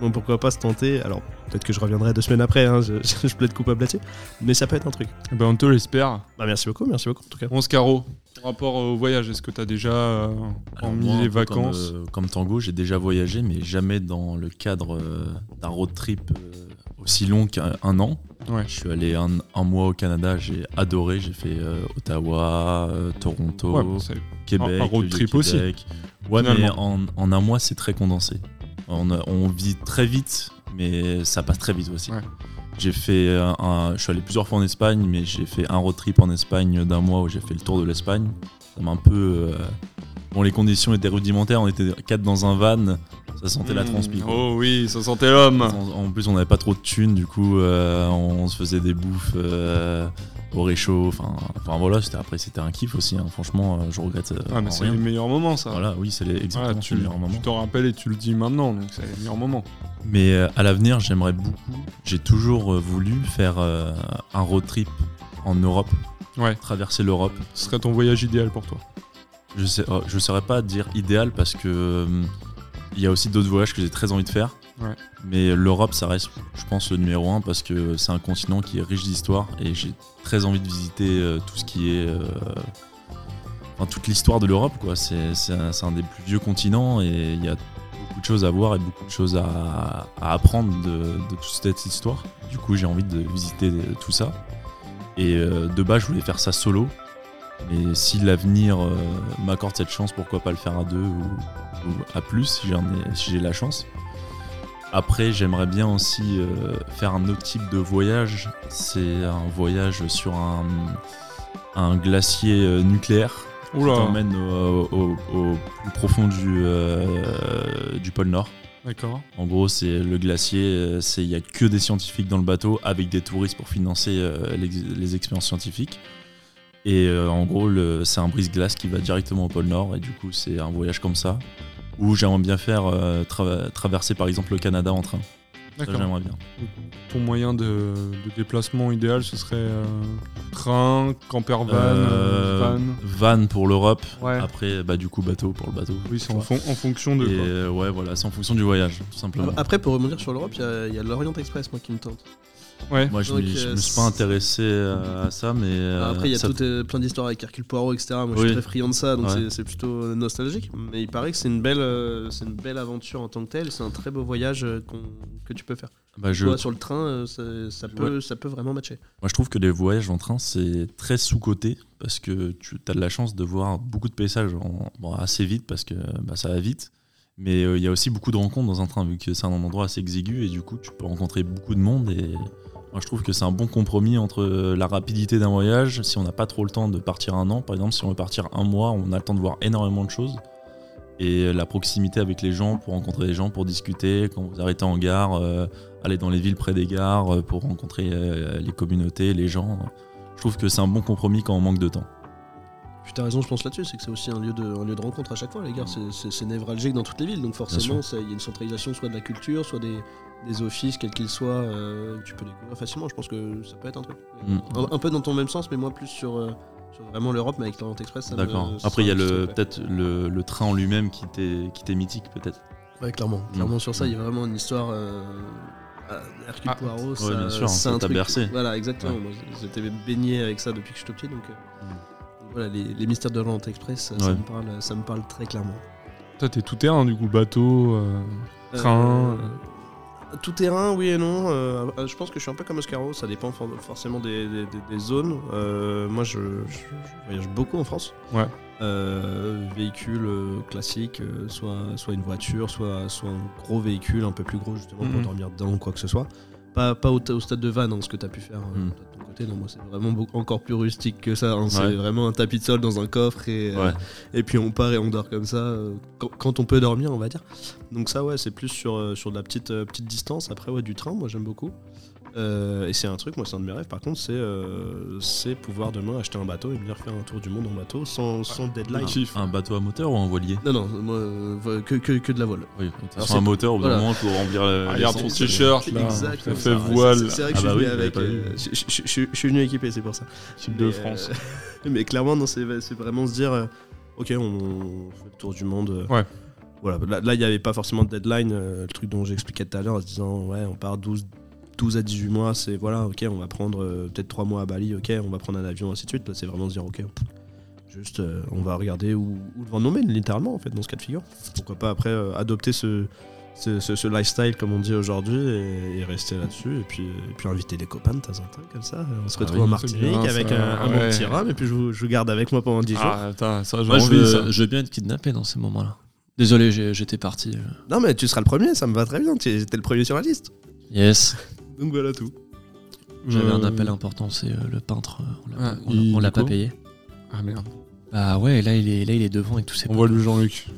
S6: Bon, pourquoi pas se tenter Alors, peut-être que je reviendrai deux semaines après, hein, je, je plaide coupable là-dessus. Mais ça peut être un truc.
S4: Eh ben, on te l'espère.
S6: Bah, merci beaucoup, merci beaucoup en tout cas.
S4: 11 carreaux. Rapport au voyage, est-ce que t'as déjà euh,
S7: Alors moi,
S4: hormis
S7: un
S4: les
S7: peu
S4: vacances
S7: Comme, euh, comme Tango, j'ai déjà voyagé, mais jamais dans le cadre euh, d'un road trip euh, aussi long qu'un un an.
S4: Ouais.
S7: Je suis allé un, un mois au Canada, j'ai adoré, j'ai fait euh, Ottawa, euh, Toronto,
S4: Ouais, bon, c'est-
S7: Québec.
S4: un- un road
S7: le
S4: trip
S7: Vieux-Québec. Ouais, mais en,
S4: Finalement.
S7: en un mois, c'est très condensé. On, a- on vit très vite, mais ça passe très vite aussi.
S4: Ouais.
S7: J'ai fait un, un- je suis allé plusieurs fois en Espagne, mais j'ai fait un road trip en Espagne d'un mois où j'ai fait le tour de l'Espagne. Ça m'a un peu. euh, Bon, les conditions étaient rudimentaires. On était quatre dans un van. Ça sentait la
S4: Hmm,
S7: transpi. quoi.
S4: Oh oui, ça sentait l'homme.
S7: En, en plus, on n'avait pas trop de thunes, du coup, euh, on, se faisait des bouffes euh, au réchaud. Enfin, enfin voilà, c'était après, c'était un kiff aussi. hein. Franchement, euh, je regrette. euh,
S4: Ah, mais
S7: en
S4: c'est
S7: rien.
S4: les meilleurs moments, ça.
S7: Voilà, oui, c'est les-
S4: Voilà,
S7: exactement
S4: tu
S7: le meilleur moment.
S4: tu t'en rappelles et tu le dis maintenant, donc c'est les meilleurs moments.
S7: Mais euh, à l'avenir, j'aimerais beaucoup. J'ai toujours euh, voulu faire euh, un road trip en Europe.
S4: Ouais.
S7: Traverser l'Europe.
S4: Ce serait ton voyage idéal pour toi.
S7: Je sais, euh, je saurais pas dire idéal parce que euh, il y a aussi d'autres voyages que j'ai très envie de faire.
S4: Ouais.
S7: Mais l'Europe, ça reste, je pense, le numéro un parce que c'est un continent qui est riche d'histoire et j'ai très envie de visiter euh, tout ce qui est. euh, enfin, toute l'histoire de l'Europe, quoi. C'est c'est un, c'est un des plus vieux continents et il y a beaucoup de choses à voir et beaucoup de choses à, à apprendre de, de toute cette histoire. Du coup, j'ai envie de visiter euh, tout ça. Et euh, de base, je voulais faire ça solo. Mais si l'avenir euh, m'accorde cette chance, pourquoi pas le faire à deux ou, ou à plus si j'en ai- si j'ai la chance. Après, j'aimerais bien aussi euh, faire un autre type de voyage. C'est un voyage sur un, un glacier euh, nucléaire qui
S4: Oula,
S7: t'emmène au, au- au plus profond du, euh, du pôle Nord.
S4: d'accord.
S7: En gros, c'est le glacier, euh, c'est il n'y a que des scientifiques dans le bateau avec des touristes pour financer euh, l'ex- les expériences scientifiques. Et euh, en gros, le- c'est un brise-glace qui va directement au pôle Nord et du coup, c'est un voyage comme ça où j'aimerais bien faire euh, tra- traverser par exemple le Canada en train. Ça,
S4: D'accord.
S7: j'aimerais bien.
S4: Ton moyen de, de déplacement idéal, ce serait euh, train, camper van,
S7: Euh,
S4: van.
S7: van pour l'Europe.
S4: Ouais.
S7: Après, bah, du coup, bateau pour le bateau.
S4: Oui, c'est en, fon- en fonction
S7: Et
S4: de. quoi.
S7: euh, ouais, voilà, c'est en fonction du voyage, tout simplement.
S6: Après, pour rebondir sur l'Europe, il y a- il y, a l'Orient Express, moi, qui me tente.
S7: Moi, je,
S6: donc,
S7: m'y- je
S6: euh,
S7: me suis pas intéressé euh, à ça, mais. euh,
S6: Après, il y a
S7: ça-
S6: tout, euh, plein d'histoires avec Hercule Poirot, etc. Moi, je
S7: Oui.
S6: suis très friand de ça, donc
S7: Ouais.
S6: c'est- c'est plutôt euh, nostalgique. Mais il paraît que c'est une, belle, euh, c'est une belle aventure en tant que telle. C'est un très beau voyage euh, qu'on- que tu peux faire.
S7: bah, je
S6: Toi, sur le train, euh, ça, ça peut, ça peut vraiment matcher.
S7: Moi, je trouve que les voyages en train, c'est très sous-coté parce que tu as de la chance de voir beaucoup de paysages en- bon, assez vite parce que bah, ça va vite. Mais euh, il y a aussi beaucoup de rencontres dans un train vu que c'est un endroit assez exigu et du coup, tu peux rencontrer beaucoup de monde. Et moi, je trouve que c'est un bon compromis entre euh, la rapidité d'un voyage. Si on n'a pas trop le temps de partir un an, par exemple, si on veut partir un mois, on a le temps de voir énormément de choses. Et euh, la proximité avec les gens pour rencontrer les gens, pour discuter, quand vous arrêtez en gare. euh, aller dans les villes près des gares euh, pour rencontrer euh, les communautés, les gens. Je trouve que c'est un bon compromis quand on manque de temps.
S6: Puis t'as raison, je pense là-dessus, c'est que c'est aussi un lieu, de, un lieu de rencontre à chaque fois, les gars. C'est- C'est c'est névralgique dans toutes les villes, donc forcément, ça- il y a une centralisation soit de la culture, soit des, des offices, quels qu'ils soient, euh, que tu peux découvrir facilement. Je pense que ça peut être un truc.
S7: Mm.
S6: Un, un peu dans ton même sens, mais moi plus sur, euh, sur vraiment l'Europe, mais avec l'Orient Express. ça me-
S7: D'accord.
S6: ça
S7: Après, il y a le-
S6: me-
S7: peut-être le, le train en lui-même qui t'est qui t'est mythique, peut-être.
S6: Ouais, clairement.
S7: Mm.
S6: Clairement, sur ça, il y a vraiment une histoire. euh, à Hercule
S4: Ah.
S6: Poirot,
S7: Ouais,
S6: ça,
S7: bien sûr,
S6: c'est
S7: ça
S6: un
S7: t'a
S6: truc.
S7: bercé.
S6: Voilà, exactement.
S7: Ouais.
S6: Moi, j'étais baigné avec ça depuis que je suis tout petit, donc. euh,
S7: Mm.
S6: Voilà, les, les mystères de l'Orient Express, euh, ça, ça
S7: Ouais.
S6: me parle, ça me parle très clairement.
S4: Toi, t'es tout terrain, du coup, bateau. euh, Train,
S6: Euh, Tout terrain, oui et non. Euh, euh, je pense que je suis un peu comme Oscaro, ça dépend for- forcément des, des- des- des zones. Euh, moi, je, je- je voyage beaucoup en France.
S4: Ouais.
S6: Euh, véhicule euh, classique, euh, soit, soit une voiture, soit, soit un gros véhicule, un peu plus gros justement pour
S4: Mhm.
S6: dormir dedans ou quoi que ce soit. Pas, pas au, ta- au stade de van, hein, ce que tu as pu faire euh,
S7: Mhm.
S6: toi, de ton côté. Non, moi, c'est vraiment beaucoup- encore plus rustique que ça. hein. C'est
S7: Ouais.
S6: vraiment un tapis de sol dans un coffre et, euh,
S7: Ouais.
S6: et puis on part et on dort comme ça, euh, quand, quand on peut dormir, on va dire. Donc ça, ouais, c'est plus sur, euh, sur de la petite, euh, petite distance. Après, ouais, du train, moi, j'aime beaucoup. Euh, et c'est un truc, moi, c'est un de mes rêves. Par contre, c'est euh, c'est pouvoir demain acheter un bateau et venir faire un tour du monde en bateau sans, sans deadline.
S4: kiff.
S7: Un bateau à moteur ou un voilier
S6: Non, non, moi, euh, vo- que, que, que de la voile.
S7: Oui, de toute
S6: Alors,
S7: façon, un
S6: c'est-
S7: moteur, au bout d'un
S6: voilà.
S7: moment, pour remplir le.
S4: Regarde ton
S7: l'essence.
S4: t-shirt, là. Ça
S6: Exactement.
S4: fait
S6: Ah,
S4: voile.
S6: c'est- C'est vrai
S7: Ah
S6: que je suis
S7: bah oui,
S6: venu
S7: j'avais
S6: avec.
S7: pas vu.
S6: euh, Je je- je- je- je suis venu équipé, c'est pour ça.
S4: Type de
S6: Mais,
S4: France.
S6: euh, mais clairement, non, c'est c'est vraiment se dire, euh, ok, on fait le tour du monde. euh,
S4: Ouais.
S6: Voilà, là, là, il n'y avait pas forcément de deadline, euh, le truc dont j'expliquais tout à l'heure, en se disant, ouais, on part 12, 12 à 18 mois, c'est voilà, ok, on va prendre euh, peut-être 3 mois à Bali, ok, on va prendre un avion, ainsi de suite. Là, c'est vraiment se dire, ok, pff, juste, euh, on va regarder où, où le vent nous mène, littéralement, en fait, dans ce cas de figure. Pourquoi pas après euh, adopter ce, ce, ce- ce lifestyle, comme on dit aujourd'hui, et, et rester là-dessus, et puis, et puis inviter des copains de temps en temps, comme ça. On se retrouve
S4: Ah oui,
S6: en
S4: c'est
S6: Martinique
S4: bien,
S6: avec
S4: ça,
S6: un, un
S4: ouais.
S6: bon petit rhum, et puis je vous, je vous garde avec moi pendant 10 jours.
S4: Ah, putain, ça, j'ai
S5: Moi, je
S4: envie,
S5: veux,
S4: ça.
S5: je veux bien être kidnappé dans ces moments-là. Désolé, j'ai- j'étais parti. euh.
S6: Non, mais tu seras le premier, ça me va très bien, tu étais le premier sur la liste.
S5: Yes,
S6: Donc voilà tout.
S5: j'avais un
S4: Euh,
S5: appel important, c'est euh, le peintre. euh, on l'a-
S4: Ah,
S5: on l'a-
S4: il-
S5: on l'a
S4: du
S5: pas
S4: coup
S5: payé.
S4: Ah, merde.
S5: Ah ouais, là il est, là, il est devant et tout. c'est
S4: On
S5: pas-
S4: voit le Jean-Luc.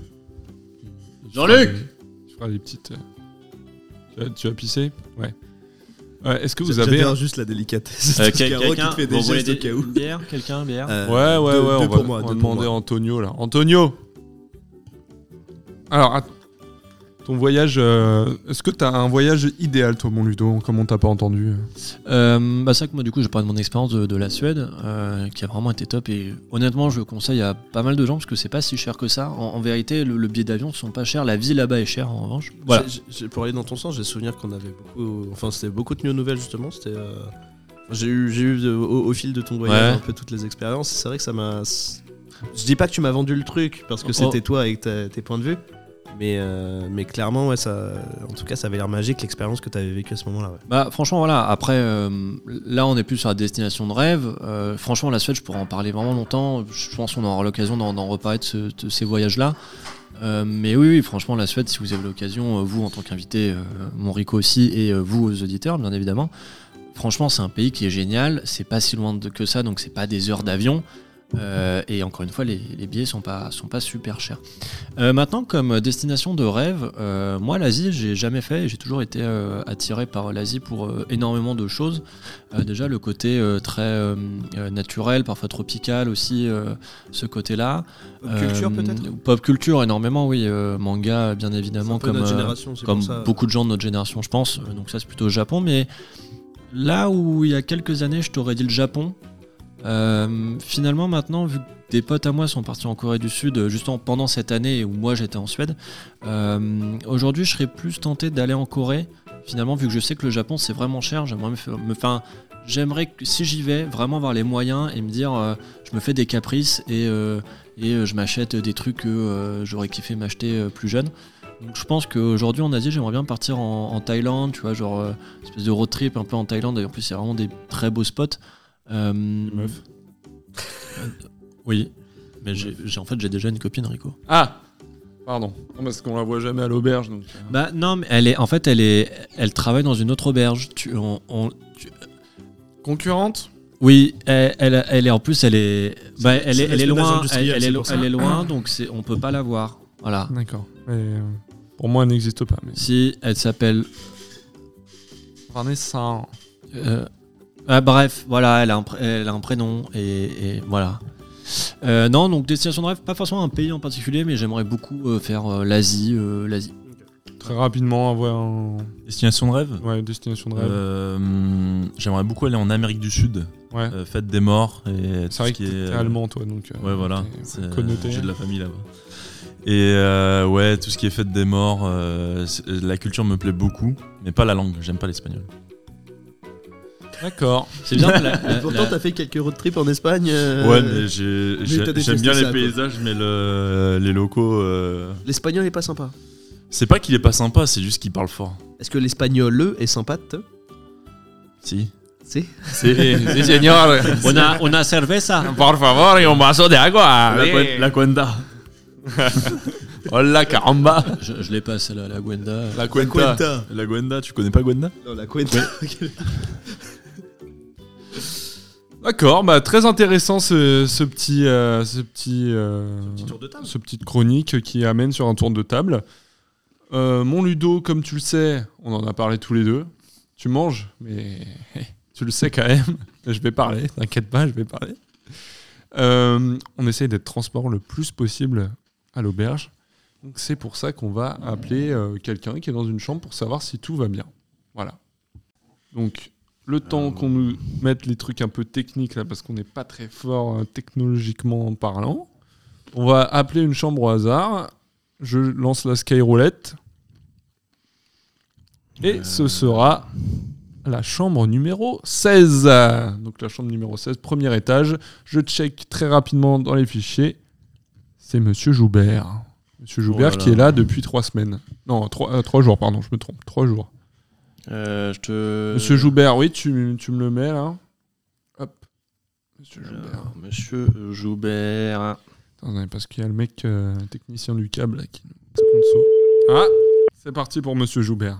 S7: Jean-Luc
S4: Je ferai des petites. euh, Tu vas, tu vas pisser Ouais. Ouais, Est-ce que vous
S6: J'a-
S4: avez.
S6: J'adore
S4: un-
S6: juste la délicatesse.
S7: Euh,
S6: de
S7: quel-
S6: Scarro
S7: quelqu'un,
S6: qui te fait
S7: vous
S6: des
S7: voulez
S6: gestes au
S7: des-
S6: cas où.
S7: une bière Quelqu'un,
S5: Ah.
S7: bière
S6: Euh,
S4: Ouais, ouais,
S6: deux-
S4: ouais, on
S6: deux
S4: va,
S6: pour moi,
S4: on va
S6: deux pour
S4: demander à
S6: moi.
S4: Antonio là. Antonio Alors, att- ton voyage. euh, Est-ce que t'as un voyage idéal, toi, mon Ludo Comme on t'a pas entendu euh.
S5: Euh, bah, c'est vrai que moi, du coup, je parle de mon expérience de, de la Suède, euh, qui a vraiment été top. Et honnêtement, je le conseille à pas mal de gens parce que c'est pas si cher que ça. En, en vérité, le, le billet d'avion ne sont pas chers. La vie là-bas est chère, en revanche. Voilà.
S6: J'ai- j'ai- pour aller dans ton sens, j'ai souvenir qu'on avait beaucoup. Enfin, c'était beaucoup tenu aux nouvelles justement. C'était. euh, J'ai eu, j'ai eu de- au, au fil de ton voyage
S5: Ouais.
S6: un peu toutes les expériences. C'est vrai que ça m'a. Je dis pas que tu m'as vendu le truc parce que
S5: Oh.
S6: c'était toi avec ta- tes points de vue, mais euh, mais clairement ouais ça. En tout cas, ça avait l'air magique l'expérience que t'avais vécue à ce moment-là. ouais.
S5: Bah, franchement, voilà. Après, euh, là, on est plus sur la destination de rêve. Euh, franchement, la Suède, je pourrais en parler vraiment longtemps. Je pense qu'on aura l'occasion d'en, d'en reparler de, ce- de ces voyages-là. Euh, mais oui, oui, franchement, la Suède, si vous avez l'occasion, euh, vous en tant qu'invité, euh, mon Rico aussi, et euh, vous aux auditeurs, bien évidemment. Franchement, c'est un pays qui est génial. C'est pas si loin de, que ça, donc c'est pas des heures d'avion. Euh, et encore une fois, les, les billets sont pas sont pas super chers. Euh, maintenant, comme destination de rêve, euh, moi l'Asie, j'ai jamais fait et j'ai toujours été euh, attiré par l'Asie pour euh, énormément de choses. Euh, déjà le côté euh, très euh, euh, naturel, parfois tropical aussi, euh, ce côté-là.
S6: culture
S5: Euh,
S6: peut-être.
S5: Pop culture énormément, oui. euh, manga, bien
S6: C'est
S5: évidemment,
S6: un peu
S5: comme
S6: notre
S5: euh,
S6: génération, c'est
S5: comme
S6: pour ça.
S5: beaucoup de gens de notre génération, je pense. Euh, Donc ça, c'est plutôt au Japon. Mais là où il y a quelques années, je t'aurais dit le Japon. euh, finalement, maintenant, vu que des potes à moi sont partis en Corée du Sud euh, justement pendant cette année où moi j'étais en Suède, euh, aujourd'hui, je serais plus tenté d'aller en Corée. Finalement, vu que je sais que le Japon c'est vraiment cher, j'aimerais me faire, me, enfin, j'aimerais que si j'y vais, vraiment avoir les moyens et me dire, euh, je me fais des caprices et, euh, et euh, je m'achète des trucs que euh, j'aurais kiffé m'acheter euh, plus jeune. Donc je pense qu'aujourd'hui en Asie, j'aimerais bien partir en, en Thaïlande, tu vois, genre euh, espèce de road trip un peu en Thaïlande. Et en plus, il y a vraiment des très beaux spots. Euh,
S4: meufs.
S5: euh, oui, mais j'ai j'ai- en fait j'ai déjà une copine, Rico.
S4: Ah Pardon. Non, parce qu'on la voit jamais à l'auberge. Donc...
S5: Bah non, mais elle est, en fait, elle est, elle travaille dans une autre auberge. Tu, on, on- tu-
S4: Concurrente
S5: oui, elle, elle, elle est en plus, elle est, bah, elle
S6: c'est
S5: est, elle est
S6: l'espionage
S5: loin, elle,
S6: industriel,
S5: elle est,
S6: c'est
S5: lo-
S6: pour ça.
S5: elle est loin, donc c'est, on peut pas la voir. Voilà.
S4: D'accord. euh, Pour moi, elle n'existe pas. Mais...
S5: Si elle s'appelle
S4: Vanessa.
S5: Euh, ah, bref, voilà, elle a un, pr- elle a un prénom et, et voilà. Euh, non, donc destination de rêve, pas forcément un pays en particulier, mais j'aimerais beaucoup euh, faire euh, l'Asie, euh, l'Asie.
S4: Très rapidement, avoir un...
S7: Destination de rêve
S4: ouais, destination de rêve.
S7: Euh, J'aimerais beaucoup aller en Amérique du Sud,
S4: ouais.
S7: euh, fête des morts et tout
S4: C'est vrai
S7: ce
S4: que
S7: qui
S4: t'es
S7: est
S4: t'es
S7: euh,
S4: allemand, toi, donc. euh,
S7: Ouais, voilà.
S4: t'es
S7: C'est- euh,
S4: Connoté.
S7: J'ai de la famille là-bas. Et euh, ouais, tout ce qui est fête des morts, euh, c'est- la culture me plaît beaucoup, mais pas la langue, j'aime pas l'espagnol.
S4: D'accord.
S5: C'est bien. la- la-
S6: Et Pourtant,
S5: la-
S6: t'as fait quelques road trips en Espagne. euh,
S7: Ouais, mais j'ai-
S6: t'as
S7: j'ai-
S6: détesté
S7: j'aime bien
S6: ça,
S7: les
S6: quoi.
S7: paysages, mais le- les locaux. euh,
S6: L'espagnol est pas sympa.
S7: C'est pas qu'il est pas sympa, c'est juste qu'il parle fort.
S6: Est-ce que l'espagnol le est sympa te
S7: Si.
S6: C'est
S7: C'est génial.
S5: on a, on a cerveza.
S1: Por favor, y un vaso de
S6: Ah
S1: agua.
S7: La, cuen- la cuenta. Hola, caramba.
S5: Je, je l'ai pas celle-là, la Gwenda.
S7: La cuenta. La Gwenda, tu connais pas Gwenda
S6: Non, la Cuenta.
S4: D'accord, bah, très intéressant ce, ce petit, euh, ce petit, euh,
S6: de table.
S4: ce petite chronique qui amène sur un tour de table. Euh, mon Ludo, comme tu le sais, on en a parlé tous les deux. Tu manges, mais tu le sais quand même. Je vais parler, t'inquiète pas, je vais parler. Euh, on essaye d'être transparent le plus possible à l'auberge. Donc c'est pour ça qu'on va appeler euh, quelqu'un qui est dans une chambre pour savoir si tout va bien. Voilà. Donc le temps qu'on nous mette les trucs un peu techniques là, parce qu'on n'est pas très fort euh, technologiquement parlant, on va appeler une chambre au hasard je lance la sky roulette. Et ce sera la chambre numéro 16. Donc la chambre numéro 16, premier étage. Je check très rapidement dans les fichiers. C'est Monsieur Joubert. Monsieur Joubert
S9: là
S4: qui est
S9: là.
S4: là depuis trois semaines. Non, trois, euh, trois jours, pardon, je me trompe. Trois jours.
S9: Euh, je te.
S4: Monsieur Joubert, oui, tu, tu me le mets là. Hop. Monsieur Joubert.
S9: Alors, Monsieur Joubert.
S4: Attendez, parce qu'il y a le mec euh, technicien du câble là, qui nous sponsor. Ah, c'est parti pour Monsieur Joubert.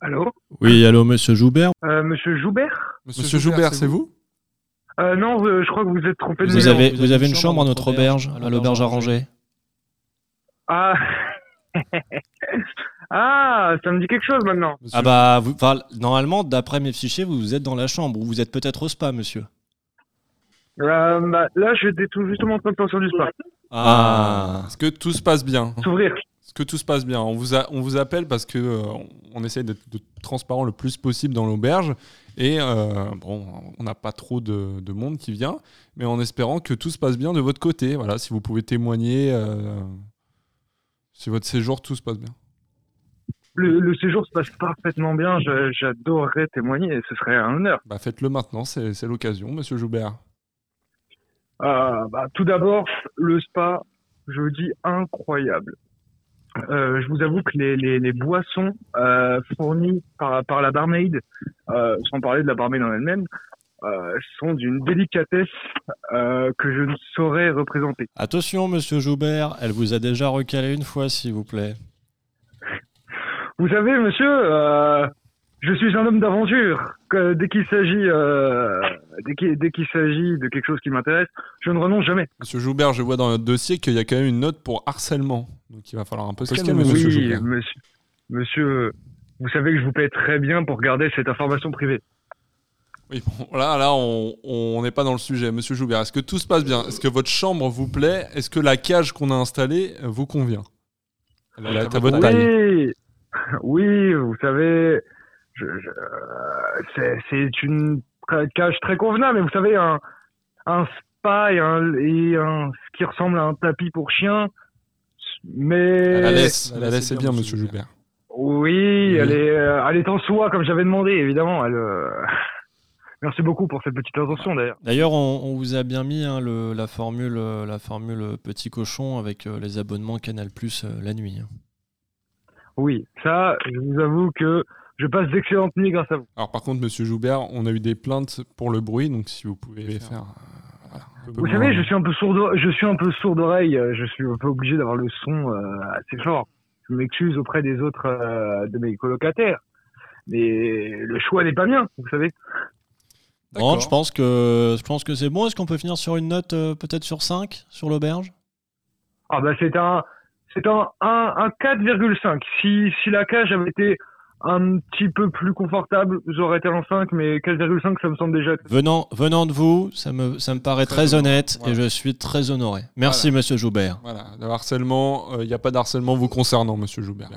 S6: Allô
S5: Oui, allô, monsieur Joubert.
S6: Euh, Monsieur Joubert
S4: Monsieur, Joubert, c'est vous
S6: Euh, Non, euh, je crois que vous êtes trompé de
S5: Vous,
S6: numéro.
S5: avez, vous avez une chambre à notre auberge, à l'auberge arrangée
S6: Ah. ah, ça me dit quelque chose maintenant.
S5: Ah bah, vous- enfin, normalement, d'après mes fichiers, vous êtes dans la chambre, ou vous êtes peut-être au spa, monsieur.
S6: Euh, bah, là, j'étais tout justement en train de sortir du spa.
S5: Ah,
S4: Est-ce que tout se passe bien
S6: S'ouvrir.
S4: Est-ce que tout se passe bien on vous, a- on vous appelle parce que euh, on- on essaie d'être de- transparent le plus possible dans l'auberge. Et euh, bon, on n'a pas trop de, de monde qui vient, mais en espérant que tout se passe bien de votre côté. Voilà, si vous pouvez témoigner, euh, si votre séjour, tout se passe bien.
S6: Le, le séjour se passe parfaitement bien. je- J'adorerais témoigner et ce serait un honneur.
S4: Bah, Faites-le maintenant, c'est c'est l'occasion, monsieur Joubert.
S6: Euh, bah, tout d'abord, le spa, je vous dis incroyable. Euh, je vous avoue que les, les, les boissons euh, fournies par, par la barmaid, euh, sans parler de la barmaid en elle-même, euh, sont d'une délicatesse euh, que je ne saurais représenter.
S5: attention, monsieur Joubert, elle vous a déjà recalé une fois, s'il vous plaît.
S6: Vous savez, monsieur, euh, je suis un homme d'aventure. Que Dès qu'il s'agit euh, dès qu'il dès qu'il s'agit de quelque chose qui m'intéresse, je ne renonce jamais.
S4: Monsieur Joubert, je vois dans notre dossier qu'il y a quand même une note pour harcèlement. Donc il va falloir un peu se
S6: Parce
S4: calmer,
S6: que-
S4: monsieur
S6: oui,
S4: Joubert.
S6: monsieur, monsieur, vous savez que je vous paie très bien pour garder cette information privée.
S4: Oui, bon, là, là, on on n'est pas dans le sujet. Monsieur Joubert, est-ce que tout se passe bien Est-ce que votre chambre vous plaît Est-ce que la cage qu'on a installée euh, vous convient Elle est à votre taille.
S6: Oui, oui, vous savez, je, je- euh, c'est- c'est une ca- cage très convenable. mais Vous savez, un, un spa et un, et un- ce qui ressemble à un tapis pour chien, mais
S4: La laisse, la laisse est bien, monsieur Joubert.
S6: oui, Elle, est, euh, elle est en soie comme j'avais demandé, évidemment. Elle, euh, Merci beaucoup pour cette petite attention, d'ailleurs.
S5: D'ailleurs, on, on vous a bien mis hein, le- la, formule, euh, la formule petit cochon avec euh, les abonnements Canal Plus la nuit. hein.
S6: Oui, ça, je vous avoue que je passe d'excellentes nuits grâce à vous.
S4: Alors par contre, monsieur Joubert, on a eu des plaintes pour le bruit, donc si vous pouvez faire... euh, voilà, un peu
S6: Vous
S4: moins-
S6: savez, je suis un peu sourd, je suis un peu sourd d'oreille. euh, Je suis un peu obligé d'avoir le son euh, assez fort. Je m'excuse auprès des autres euh, de mes colocataires, mais le choix n'est pas mien, vous savez.
S5: Non,
S4: D'accord.
S5: je pense que je pense que c'est bon. Est-ce qu'on peut finir sur une note euh, peut-être sur 5 sur l'auberge
S6: Ah bah c'est un, c'est un, un, un 4,5. Si si la cage avait été un petit peu plus confortable, j'aurais été en 5, mais 4,5 ça me semble déjà.
S5: venant, venant de vous, ça me, ça me paraît
S4: Très
S5: très,
S4: honoré,
S5: honnête
S4: voilà.
S5: et je suis très honoré. Merci, monsieur Joubert.
S4: euh, Voilà, le harcèlement, euh, il n'y a pas de harcèlement vous concernant, monsieur Joubert.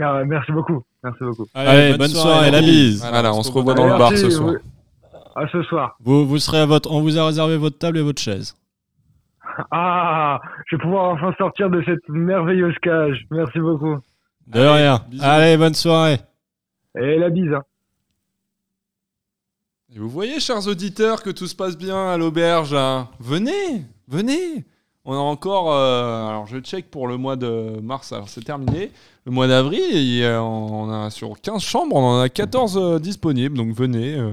S6: Ah, merci beaucoup, merci beaucoup.
S5: Allez, bonne, soirée, la
S10: bise.
S5: bise.
S4: Voilà, on se revoit dans le bar
S6: Merci,
S4: ce soir.
S6: oui. À ce soir.
S5: Vous, vous serez à votre, on vous a réservé votre table et votre chaise.
S6: Ah, je vais pouvoir enfin sortir de cette merveilleuse cage. Merci beaucoup.
S5: De rien. Allez, bonne soirée.
S6: Et la bise. hein.
S4: Et vous voyez, chers auditeurs, que tout se passe bien à l'auberge. hein. Venez, venez. On a encore. euh, alors, je check pour le mois de mars. Alors, c'est terminé. Le mois d'avril, il y a- on a sur 15 chambres, on en a 14 euh, disponibles. Donc, venez. euh,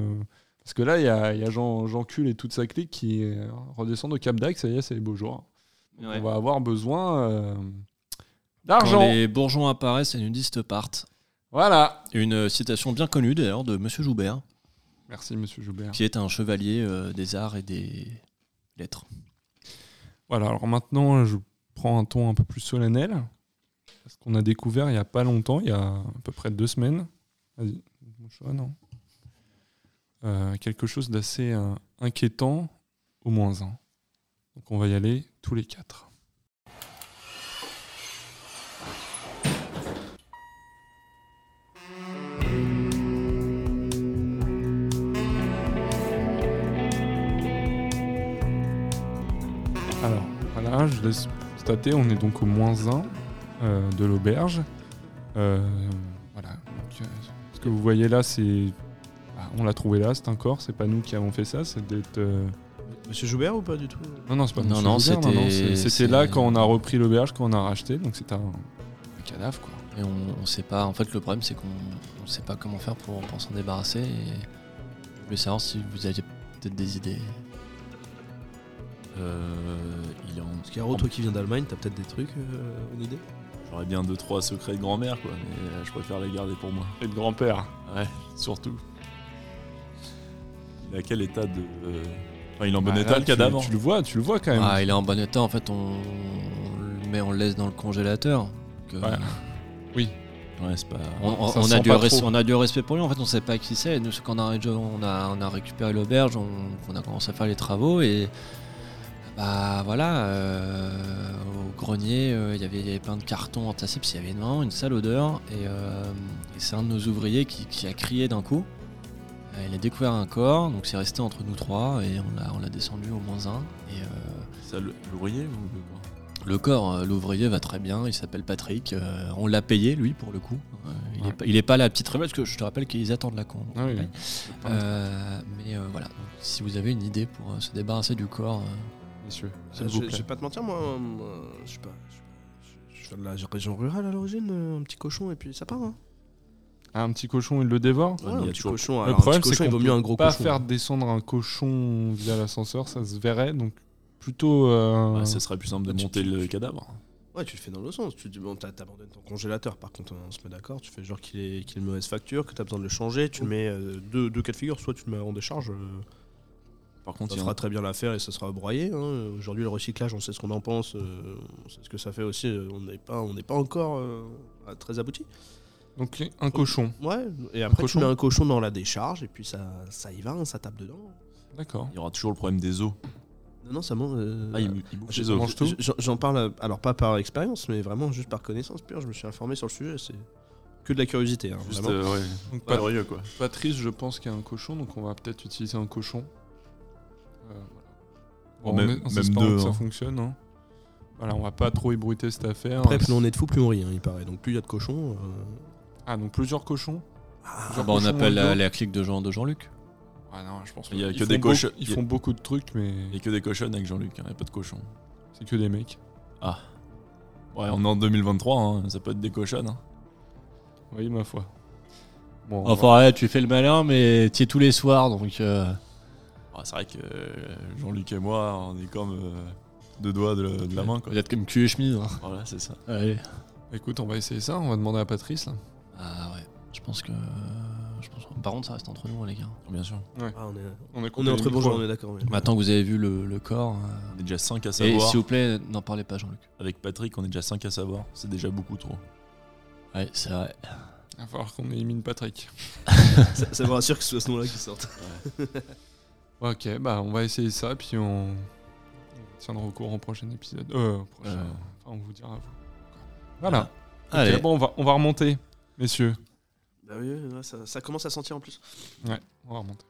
S4: parce que là, il y a, il y a Jean, Jean Cul et toute sa clique qui euh, redescendent au Cap d'Ac. Ça y est, c'est les beaux jours. hein. Donc, On va avoir besoin euh,
S5: Quand
S4: d'argent.
S5: les bourgeons apparaissent et nudistes partent.
S4: Voilà.
S5: Une euh, citation bien connue d'ailleurs de monsieur Joubert,
S4: Merci, monsieur Joubert.
S5: qui est un chevalier euh, des arts et des lettres.
S4: Voilà, alors maintenant, euh, je prends un ton un peu plus solennel. Parce qu'on a découvert il n'y a pas longtemps, il y a à peu près deux semaines. Vas-y, mon choix, non. Euh, quelque chose d'assez euh, inquiétant, au moins un. Donc on va y aller tous les quatre. Alors, moi, je laisse constater, on est donc au moins 1 de l'auberge. Euh, voilà. Donc, euh, ce que vous voyez là, c'est. ah, on l'a trouvé là, c'est un corps, c'est pas nous qui avons fait ça, c'est d'être. euh,
S6: Monsieur Joubert ou pas du tout
S4: Non, non, c'est pas
S5: Non,
S4: Monsieur
S5: non,
S4: Joubert,
S5: c'était-
S4: c'est- C'était
S5: c'est-
S4: là quand on a repris l'auberge, quand on a racheté, donc c'était un, un cadavre, quoi.
S5: Et on, on sait pas. En fait, le problème, c'est qu'on on sait pas comment faire pour, pour s'en débarrasser. Et je voulais savoir si vous aviez peut-être des idées.
S7: Euh, il est en-
S6: Caro, toi qui viens d'Allemagne, t'as peut-être des trucs, euh, une idée
S7: J'aurais bien deux trois secrets de grand-mère, quoi, mais euh, je préfère les garder pour moi.
S4: Et de grand-père.
S7: Ouais, surtout. Il est à quel état de. euh, Enfin, il est en bon
S4: Bah,
S7: état,
S4: là,
S7: le
S4: tu-
S7: cadavre
S4: Tu le vois, tu le vois quand même.
S5: Ah, il est en bon état. En fait, on, on le met, on le laisse dans le congélateur. Que-
S4: Ouais.
S7: Ouais, c'est pas.
S5: On, on-
S4: Ça
S5: on
S4: sent
S5: a du
S4: pas
S5: res-
S4: trop.
S5: on a du respect pour lui, en fait on sait pas qui c'est. Nous, ce qu'on a, on a, on a récupéré l'auberge, on, on a commencé à faire les travaux et bah voilà, euh, au grenier euh, il y avait- il y avait plein de cartons entassés, puis il y avait vraiment une sale odeur. Et, euh, et c'est un de nos ouvriers qui, qui a crié d'un coup. Euh, Il a découvert un corps, donc c'est resté entre nous trois et on l'a- on l'a descendu au moins un. Et euh,
S7: Ça, le- l'ouvrier ou le corps
S5: le corps, euh, l'ouvrier va très bien, il s'appelle Patrick, euh, on l'a payé lui pour le coup. Euh, il, est,
S4: Ouais.
S5: pas- il est pas là à petite réveil parce que je te rappelle qu'ils attendent la con. donc,
S4: Ah oui.
S5: ouais. Euh, mais euh, voilà, Donc, si vous avez une idée pour euh, se débarrasser du corps, euh,
S4: Messieurs,
S6: Euh,
S4: s'il
S6: je,
S4: vous
S6: je vais
S4: plaît.
S6: pas te mentir, moi, euh, moi, je sais pas. je- Je je viens de la région rurale à l'origine, euh, un petit cochon et puis ça part. Hein.
S4: Ah, un petit cochon, il le dévore
S6: Ouais,
S7: mais il y
S6: un
S7: a
S6: petit
S7: toujours-
S6: cochon.
S4: Le
S6: alors, un
S4: problème,
S6: petit
S4: c'est
S6: cochon,
S4: qu'on
S6: il vaut mieux un gros
S4: pas
S6: cochon.
S4: faire descendre un cochon via l'ascenseur, ça ce verrait, donc plutôt... euh,
S7: Ouais, ça serait plus simple de
S6: tu-
S7: monter
S6: tu-
S7: le
S6: tu-
S7: cadavre.
S6: Ouais, tu le fais dans le sens. Tu dis, bon, t'a- t'abandonnes ton congélateur. Par contre, on se met d'accord. Tu fais genre qu'il est, qu'il est de mauvaise facture, que t'as besoin de le changer. Tu le mets euh, deux, deux cas de figure. Soit tu le mets en décharge. euh,
S7: Par contre,
S6: Ça
S7: il y a
S6: fera très bien l'affaire et ça sera broyé. hein. Aujourd'hui, le recyclage, on sait ce qu'on en pense, euh, on sait ce que ça fait aussi. euh, On n'est pas, on n'est pas encore euh, à- très abouti.
S4: Donc un cochon,
S6: Ouais. Et après,
S4: cochon.
S6: tu mets un cochon dans la décharge et puis ça, ça y va, hein, ça tape dedans.
S4: d'accord.
S7: un- il y aura toujours le problème des os.
S6: Non, non, ça mange. euh,
S7: Ah, il, mou- il bouffe
S6: je-
S7: les os.
S4: mange tout.
S6: je- J'en parle, euh, alors pas par expérience, mais vraiment juste par connaissance pure. Je me suis informé sur le sujet. C'est que de la curiosité. hein,
S7: Juste,
S6: vraiment.
S7: euh, ouais.
S4: Donc,
S7: Pas
S4: Pat-
S7: curieux, quoi.
S4: Patrice, je pense qu'il y a un cochon, donc on va peut-être utiliser un cochon. Euh, voilà.
S7: Bon, même-
S4: on est- en
S7: même
S4: espérant
S7: deux,
S4: que ça
S7: hein.
S4: fonctionne. hein. Voilà, on va pas trop ébruiter cette affaire.
S6: Après, plus on est de fous, plus on rit, hein, il paraît. Donc plus il y a de cochons. euh,
S4: Ah, donc plusieurs cochons
S6: Ah,
S4: Plusieurs
S5: bah, on
S4: cochons
S5: appelle
S4: en
S5: la,
S4: dos
S5: la clique de Jean de Jean-Luc.
S4: Ah non, je pense
S7: Il y a
S4: ils
S7: que des
S4: font beaucoup-
S7: cochons.
S4: Ils
S7: Il y a-
S4: font beaucoup de trucs, mais
S7: Il n'y a que des cochons avec Jean-Luc, hein, il n'y a pas de cochons.
S4: c'est que des mecs.
S7: Ouais, on est en 2023, hein, ça peut être des cochons. hein.
S4: Oui, ma foi. Bon, on va-
S5: Enfin ouais, tu fais le malin, mais tu es tous les soirs, donc euh,
S7: Ah, c'est vrai que euh, Jean-Luc et moi, on est comme euh, deux doigts de, la- de la main, quoi.
S5: vous êtes comme cul et chemise. hein.
S7: Voilà, c'est ça.
S5: Allez.
S4: écoute, on va essayer ça, on va demander à Patrice là.
S5: Ah ouais, je pense que, je pense que- Par contre, ça reste entre nous, hein, les gars.
S7: Bien sûr.
S6: ah, on est,
S4: On, a
S6: on
S4: coupé les
S6: est entre bons
S4: micros.
S6: gens, on est d'accord. oui.
S5: Maintenant que vous avez vu le, le corps, euh,
S7: On est déjà 5 à
S5: et
S7: savoir.
S5: s'il vous plaît, n'en parlez pas, Jean-Luc.
S7: Avec Patrick, on est déjà 5 à savoir. C'est déjà beaucoup trop.
S5: Ouais, c'est vrai.
S4: Il va falloir qu'on élimine Patrick.
S6: ça, ça me rassure que ce soit ce nom-là qui sorte.
S4: Ok, bah on va essayer ça, puis on, on tiendra au courant au prochain épisode. Euh, Ah, prochain.
S5: Euh.
S4: Enfin, on vous dira. vous. Voilà. Ok,
S5: Allez.
S4: bon, on va, on va remonter, messieurs.
S6: Bah oui, oui, ouais, ça, ça commence à sentir en plus.
S4: On va remonter.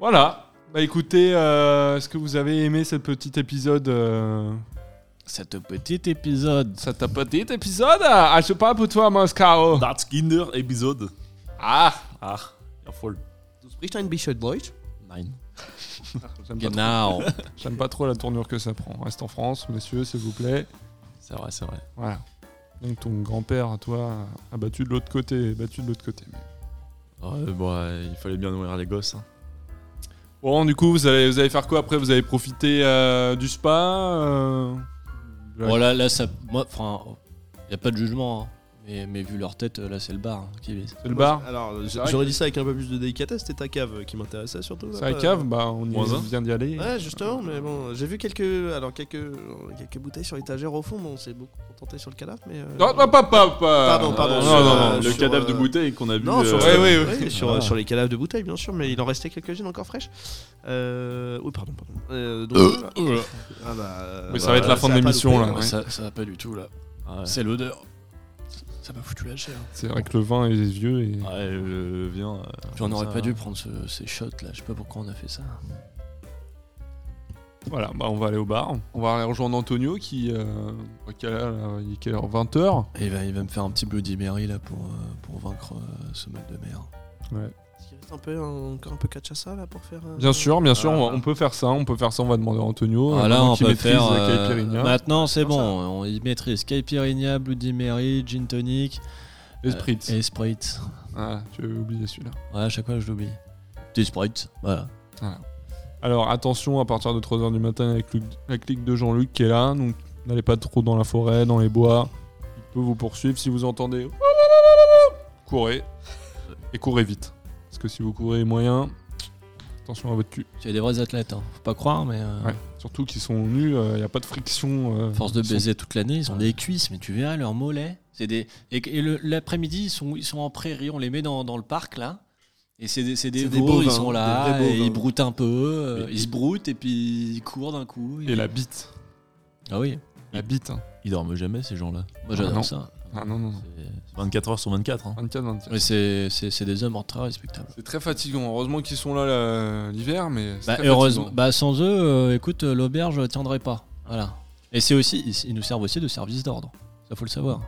S4: Voilà. Bah écoutez, euh, est-ce que vous avez aimé ce petit épisode euh,
S5: Cet petit épisode.
S4: Cet petit épisode Ah, je parle pour toi, Moscaro.
S7: Darts Kinder épisode.
S4: Ah
S7: Ah, il faut le.
S6: Du spricht ein bisschen Deutsch?
S7: Nein.
S4: J'aime pas,
S5: Genau.
S4: trop- j'aime pas trop la tournure que ça prend. Reste en France, messieurs, s'il vous plaît.
S7: C'est vrai, c'est vrai.
S4: Voilà. Donc ton grand-père, toi, a battu de l'autre côté, battu de l'autre côté. mais-
S7: Ouais, Ah, euh, bon, ouais, il fallait bien nourrir les gosses. hein.
S4: Bon, du coup, vous allez, vous allez faire quoi après Vous allez profiter euh, du spa euh, de la-
S5: Voilà, là, ça. Moi, enfin, y a pas de jugement. hein. Mais, mais vu leur tête, euh, là, c'est le bar hein, qui vise.
S4: de Le bar
S6: Alors,
S4: C'est
S6: j-
S4: vrai
S6: j'aurais dit ça avec un peu plus de délicatesse, c'était ta cave qui m'intéressait surtout. Euh,
S4: C'est
S6: là,
S4: la
S6: pas-
S4: cave Bah, on y
S7: Moins un.
S4: vient d'y aller.
S6: Ouais, justement, mais bon, j'ai vu quelques, alors quelques, quelques bouteilles sur l'étagère au fond, mais on s'est beaucoup contenté sur le cadavre, mais. euh,
S4: Non, non, pas, pas, pas.
S6: Pardon, pardon,
S4: Non,
S6: sur,
S4: non,
S6: euh,
S4: non.
S7: le
S6: sur,
S7: cadavre de
S6: euh,
S7: bouteille qu'on a vu.
S6: Non, sur,
S7: euh,
S4: Ouais, ouais,
S6: oui, sur,
S5: Ah.
S6: sur les cadavres de bouteilles, bien sûr, mais il en restait quelques-unes encore fraîches. Euh... Oui, pardon, pardon. Euh, donc, ah bah,
S4: Oui, ça
S6: bah,
S4: va être la
S6: ça
S4: fin de
S6: a pas
S4: l'émission
S6: loupé,
S4: là.
S6: hein.
S4: ouais.
S5: Ça, ça va pas du tout, là.
S7: ouais.
S5: C'est l'odeur. Ça m'a foutu la chair.
S4: C'est vrai que le vin est vieux et.
S7: Ouais, euh, viens. euh,
S5: Puis on
S7: comme
S5: aurait
S7: ça,
S5: pas
S7: hein.
S5: dû prendre ce- ces shots, là. Je sais pas pourquoi on a fait ça.
S4: Voilà, bah on va aller au bar. On va aller rejoindre Antonio qui, euh, qui a là, là, il est quelle heure 20h.
S5: Et il va, il va me faire un petit Bloody Mary là pour, euh, pour vaincre euh, ce mal de mer.
S6: Est-ce qu'il reste un peu, un- encore un peu Kachassa là pour faire. euh,
S4: Bien sûr, bien sûr,
S6: Ah.
S4: on, va- on peut faire ça, on peut faire ça, on va demander à Antonio.
S5: Ah,
S4: euh,
S5: là, on
S4: qui
S5: peut
S4: maîtrise
S5: faire.
S4: la
S5: euh,
S4: caipirinha.
S5: maintenant, c'est
S6: Comme
S5: bon.
S6: ça.
S5: On y maîtrise Caipirinha, Bloody Mary, Gin Tonic
S4: Et Spritz.
S5: euh, et Sprite.
S4: Ah, tu avais oublié celui-là.
S5: Ouais, à chaque fois, je l'oublie. Des Sprite, voilà.
S4: Alors attention, à partir de 3h du matin, avec le- la clique de Jean-Luc qui est là, donc n'allez pas trop dans la forêt, dans les bois. Il peut vous poursuivre si vous entendez. Courez. Et courez vite. Parce que si vous courez moyen, attention à votre cul.
S5: Tu as des vrais athlètes, hein. faut pas croire, mais. euh,
S4: Ouais. Surtout qu'ils sont nus, euh, il n'y a pas de friction. euh,
S5: Force de
S4: ils sont-
S5: baiser toute l'année, ils ont des cuisses, mais tu verras leurs mollets. C'est des et, et le- l'après-midi ils sont ils sont en prairie, on les met dans, dans le parc là. Et c'est des, c'est des
S6: C'est des
S5: veaux,
S6: bovins,
S5: ils sont
S6: des
S5: là,
S6: vrais
S5: et ils
S6: bovins.
S5: broutent un peu, euh, ils se broutent et puis ils courent d'un coup.
S4: Et la bite.
S5: Ah oui,
S4: La bite. hein.
S7: Ils dorment jamais ces
S5: moi
S7: gens-là.
S4: Ah non.
S5: j'adore ça.
S4: Ah non, non, non.
S7: C'est 24 heures sur 24. hein.
S4: 24, 24.
S5: Mais c'est c'est- c'est des hommes en très respectables.
S4: C'est très fatigant. Heureusement qu'ils sont là là, l'hiver, mais. c'est
S5: Bah,
S4: très
S5: heureusement,
S4: fatigant.
S5: bah sans eux, euh, écoute, euh, l'auberge tiendrait pas. Voilà. Et c'est aussi, ils, ils nous servent aussi de service d'ordre. Ça faut le savoir.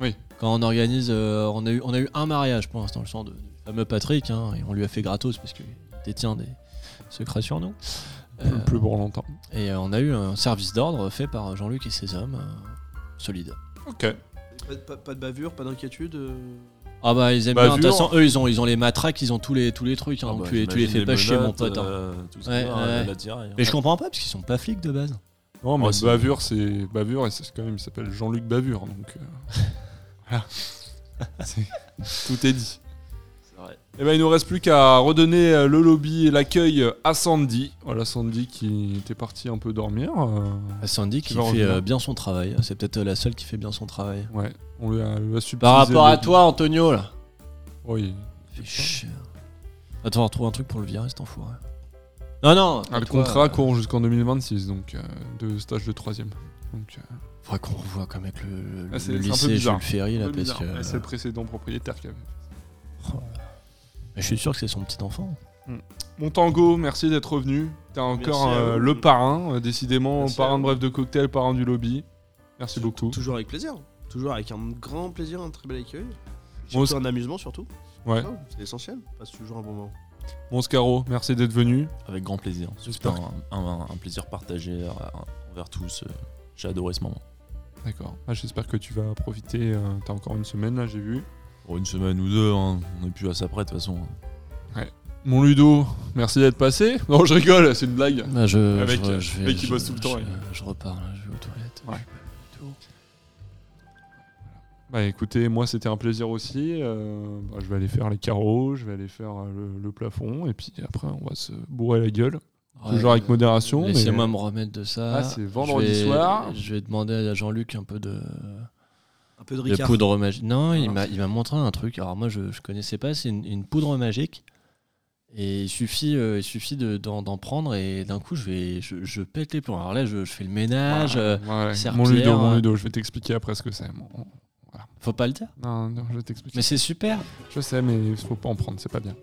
S4: Oui.
S5: Quand on organise, euh, on a eu, on a eu un mariage pour l'instant, le sang de, du fameux Patrick, hein, et on lui a fait gratos parce qu'il détient des secrets sur nous.
S4: Plus-
S5: Euh,
S4: plus pour longtemps.
S5: et euh, on a eu un service d'ordre fait par Jean-Luc et ses hommes, euh, solide.
S4: Ok.
S6: Pas, de- pas- pas de bavure, pas d'inquiétude. euh,
S5: Ah bah ils aiment
S4: Bah,
S5: bien. De toute
S4: vu,
S5: façon, eux ils ont, ils ont les matraques, ils ont tous les, tous les trucs. hein,
S7: Ah
S5: donc
S7: bah,
S5: tu, les- tu les
S7: j'imagine
S5: fais pas chier, mon
S7: menottes,
S5: pote. hein.
S7: euh, tout ça,
S5: Ouais,
S7: euh,
S5: ouais.
S7: la tiraille.
S5: Mais je comprends pas parce qu'ils sont pas flics de base. Oh,
S4: Non, mais
S7: Ouais, c'est-
S4: Bavure, Oh, bah, c'est Bavure, et c'est quand même, il s'appelle Jean-Luc Bavure, donc. euh, voilà. C'est- Tout est dit. Et ben, il nous reste plus qu'à redonner euh, le lobby et l'accueil euh, à Sandy. Voilà, Sandy qui était partie un peu dormir. euh,
S5: Ah, Sandy qui
S4: vas
S5: fait
S4: revenir.
S5: euh, bien son travail. C'est peut-être euh, la seule qui fait bien son travail.
S4: Ouais, on lui a, lui a subtilisé
S5: Par rapport
S4: le
S5: à
S4: lobby.
S5: toi, Antonio, là.
S4: Oui.
S5: Fais chier. Attends, on retrouve un truc pour le virer, cet enfoiré. Non, non.
S4: Ah, le
S5: toi,
S4: contrat
S5: euh,
S4: court jusqu'en 2026, donc euh, de stage de troisième. Donc, euh,
S5: Faudrait qu'on revoie comme avec le, le,
S4: Ah, c'est- c'est un peu
S5: le lycée
S4: bizarre.
S5: Jules Ferry, là,
S4: un peu
S5: parce
S4: bizarre.
S5: que.
S4: Ouais, C'est le précédent propriétaire qui avait.
S5: Oh là là. Mais je suis sûr que c'est son petit enfant.
S4: Mon tango, merci d'être revenu. T'es encore
S6: Merci à
S4: euh,
S6: vous.
S4: le parrain, euh, décidément,
S6: Merci à
S4: parrain de
S6: vous.
S4: bref de cocktail, parrain du lobby. Merci beaucoup.
S6: Toujours avec plaisir. Toujours avec un grand plaisir, un très bel accueil.
S4: Moi
S6: Surtout un amusement surtout.
S4: Ouais.
S6: Ça, C'est essentiel. Passe toujours un bon moment.
S4: Monscaro, merci d'être venu.
S7: Avec grand plaisir. C'était un, un- un plaisir partagé euh, envers tous. euh, J'ai adoré ce moment.
S4: D'accord. Ah, J'espère que tu vas profiter. euh, T'as encore une semaine là, j'ai vu.
S7: Pour une semaine ou deux, hein, on n'est plus à ça près de toute façon.
S4: Mon Ludo, merci d'être passé. Non, je rigole, c'est une blague.
S5: Bah, je,
S4: Avec,
S5: je,
S4: euh,
S5: je vais-
S4: mec qui
S5: je-
S4: bosse tout le temps,
S5: Je,
S4: ouais.
S5: je repars, là, je vais aux toilettes.
S4: Ouais.
S5: Je vais au tour.
S4: Bah écoutez, moi c'était un plaisir aussi. Euh, bah, je vais aller faire les carreaux, je vais aller faire euh, le, le plafond, et puis après on va se bourrer la gueule. Toujours
S5: Ouais,
S4: avec modération. mais-
S5: Laissez-moi me remettre de ça.
S4: Ah, c'est vendredi
S5: Je vais-
S4: soir.
S5: Je vais demander à Jean-Luc un peu de,
S6: Un peu de
S5: de
S6: Ricard.
S5: poudre magique. Non, il
S4: Ah.
S5: m'a il m'a montré un truc. Alors moi, je, je connaissais pas. C'est une, une poudre magique. Et il suffit, euh, il suffit de- d'en d'en prendre et d'un coup, je vais, je, je pète les plombs. Alors là, je, je fais le ménage. euh,
S4: Ouais,
S5: serpillère,
S4: Mon Ludo, mon
S5: ouais.
S4: Ludo, je vais t'expliquer après ce que c'est. Bon, on-
S5: faut pas le dire.
S4: Non, non, je vais t'expliquer.
S5: Mais c'est super.
S4: Je sais, mais il faut pas en prendre, c'est pas bien.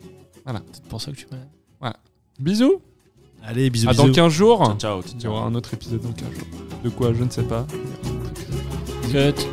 S5: C'est pour ça que je suis malade.
S4: Bisous
S6: Allez, bisous.
S4: À dans 15 jours
S7: Ciao, ciao.
S4: Il y aura un autre épisode dans 15 jours. De quoi, je ne sais pas.
S5: Cut.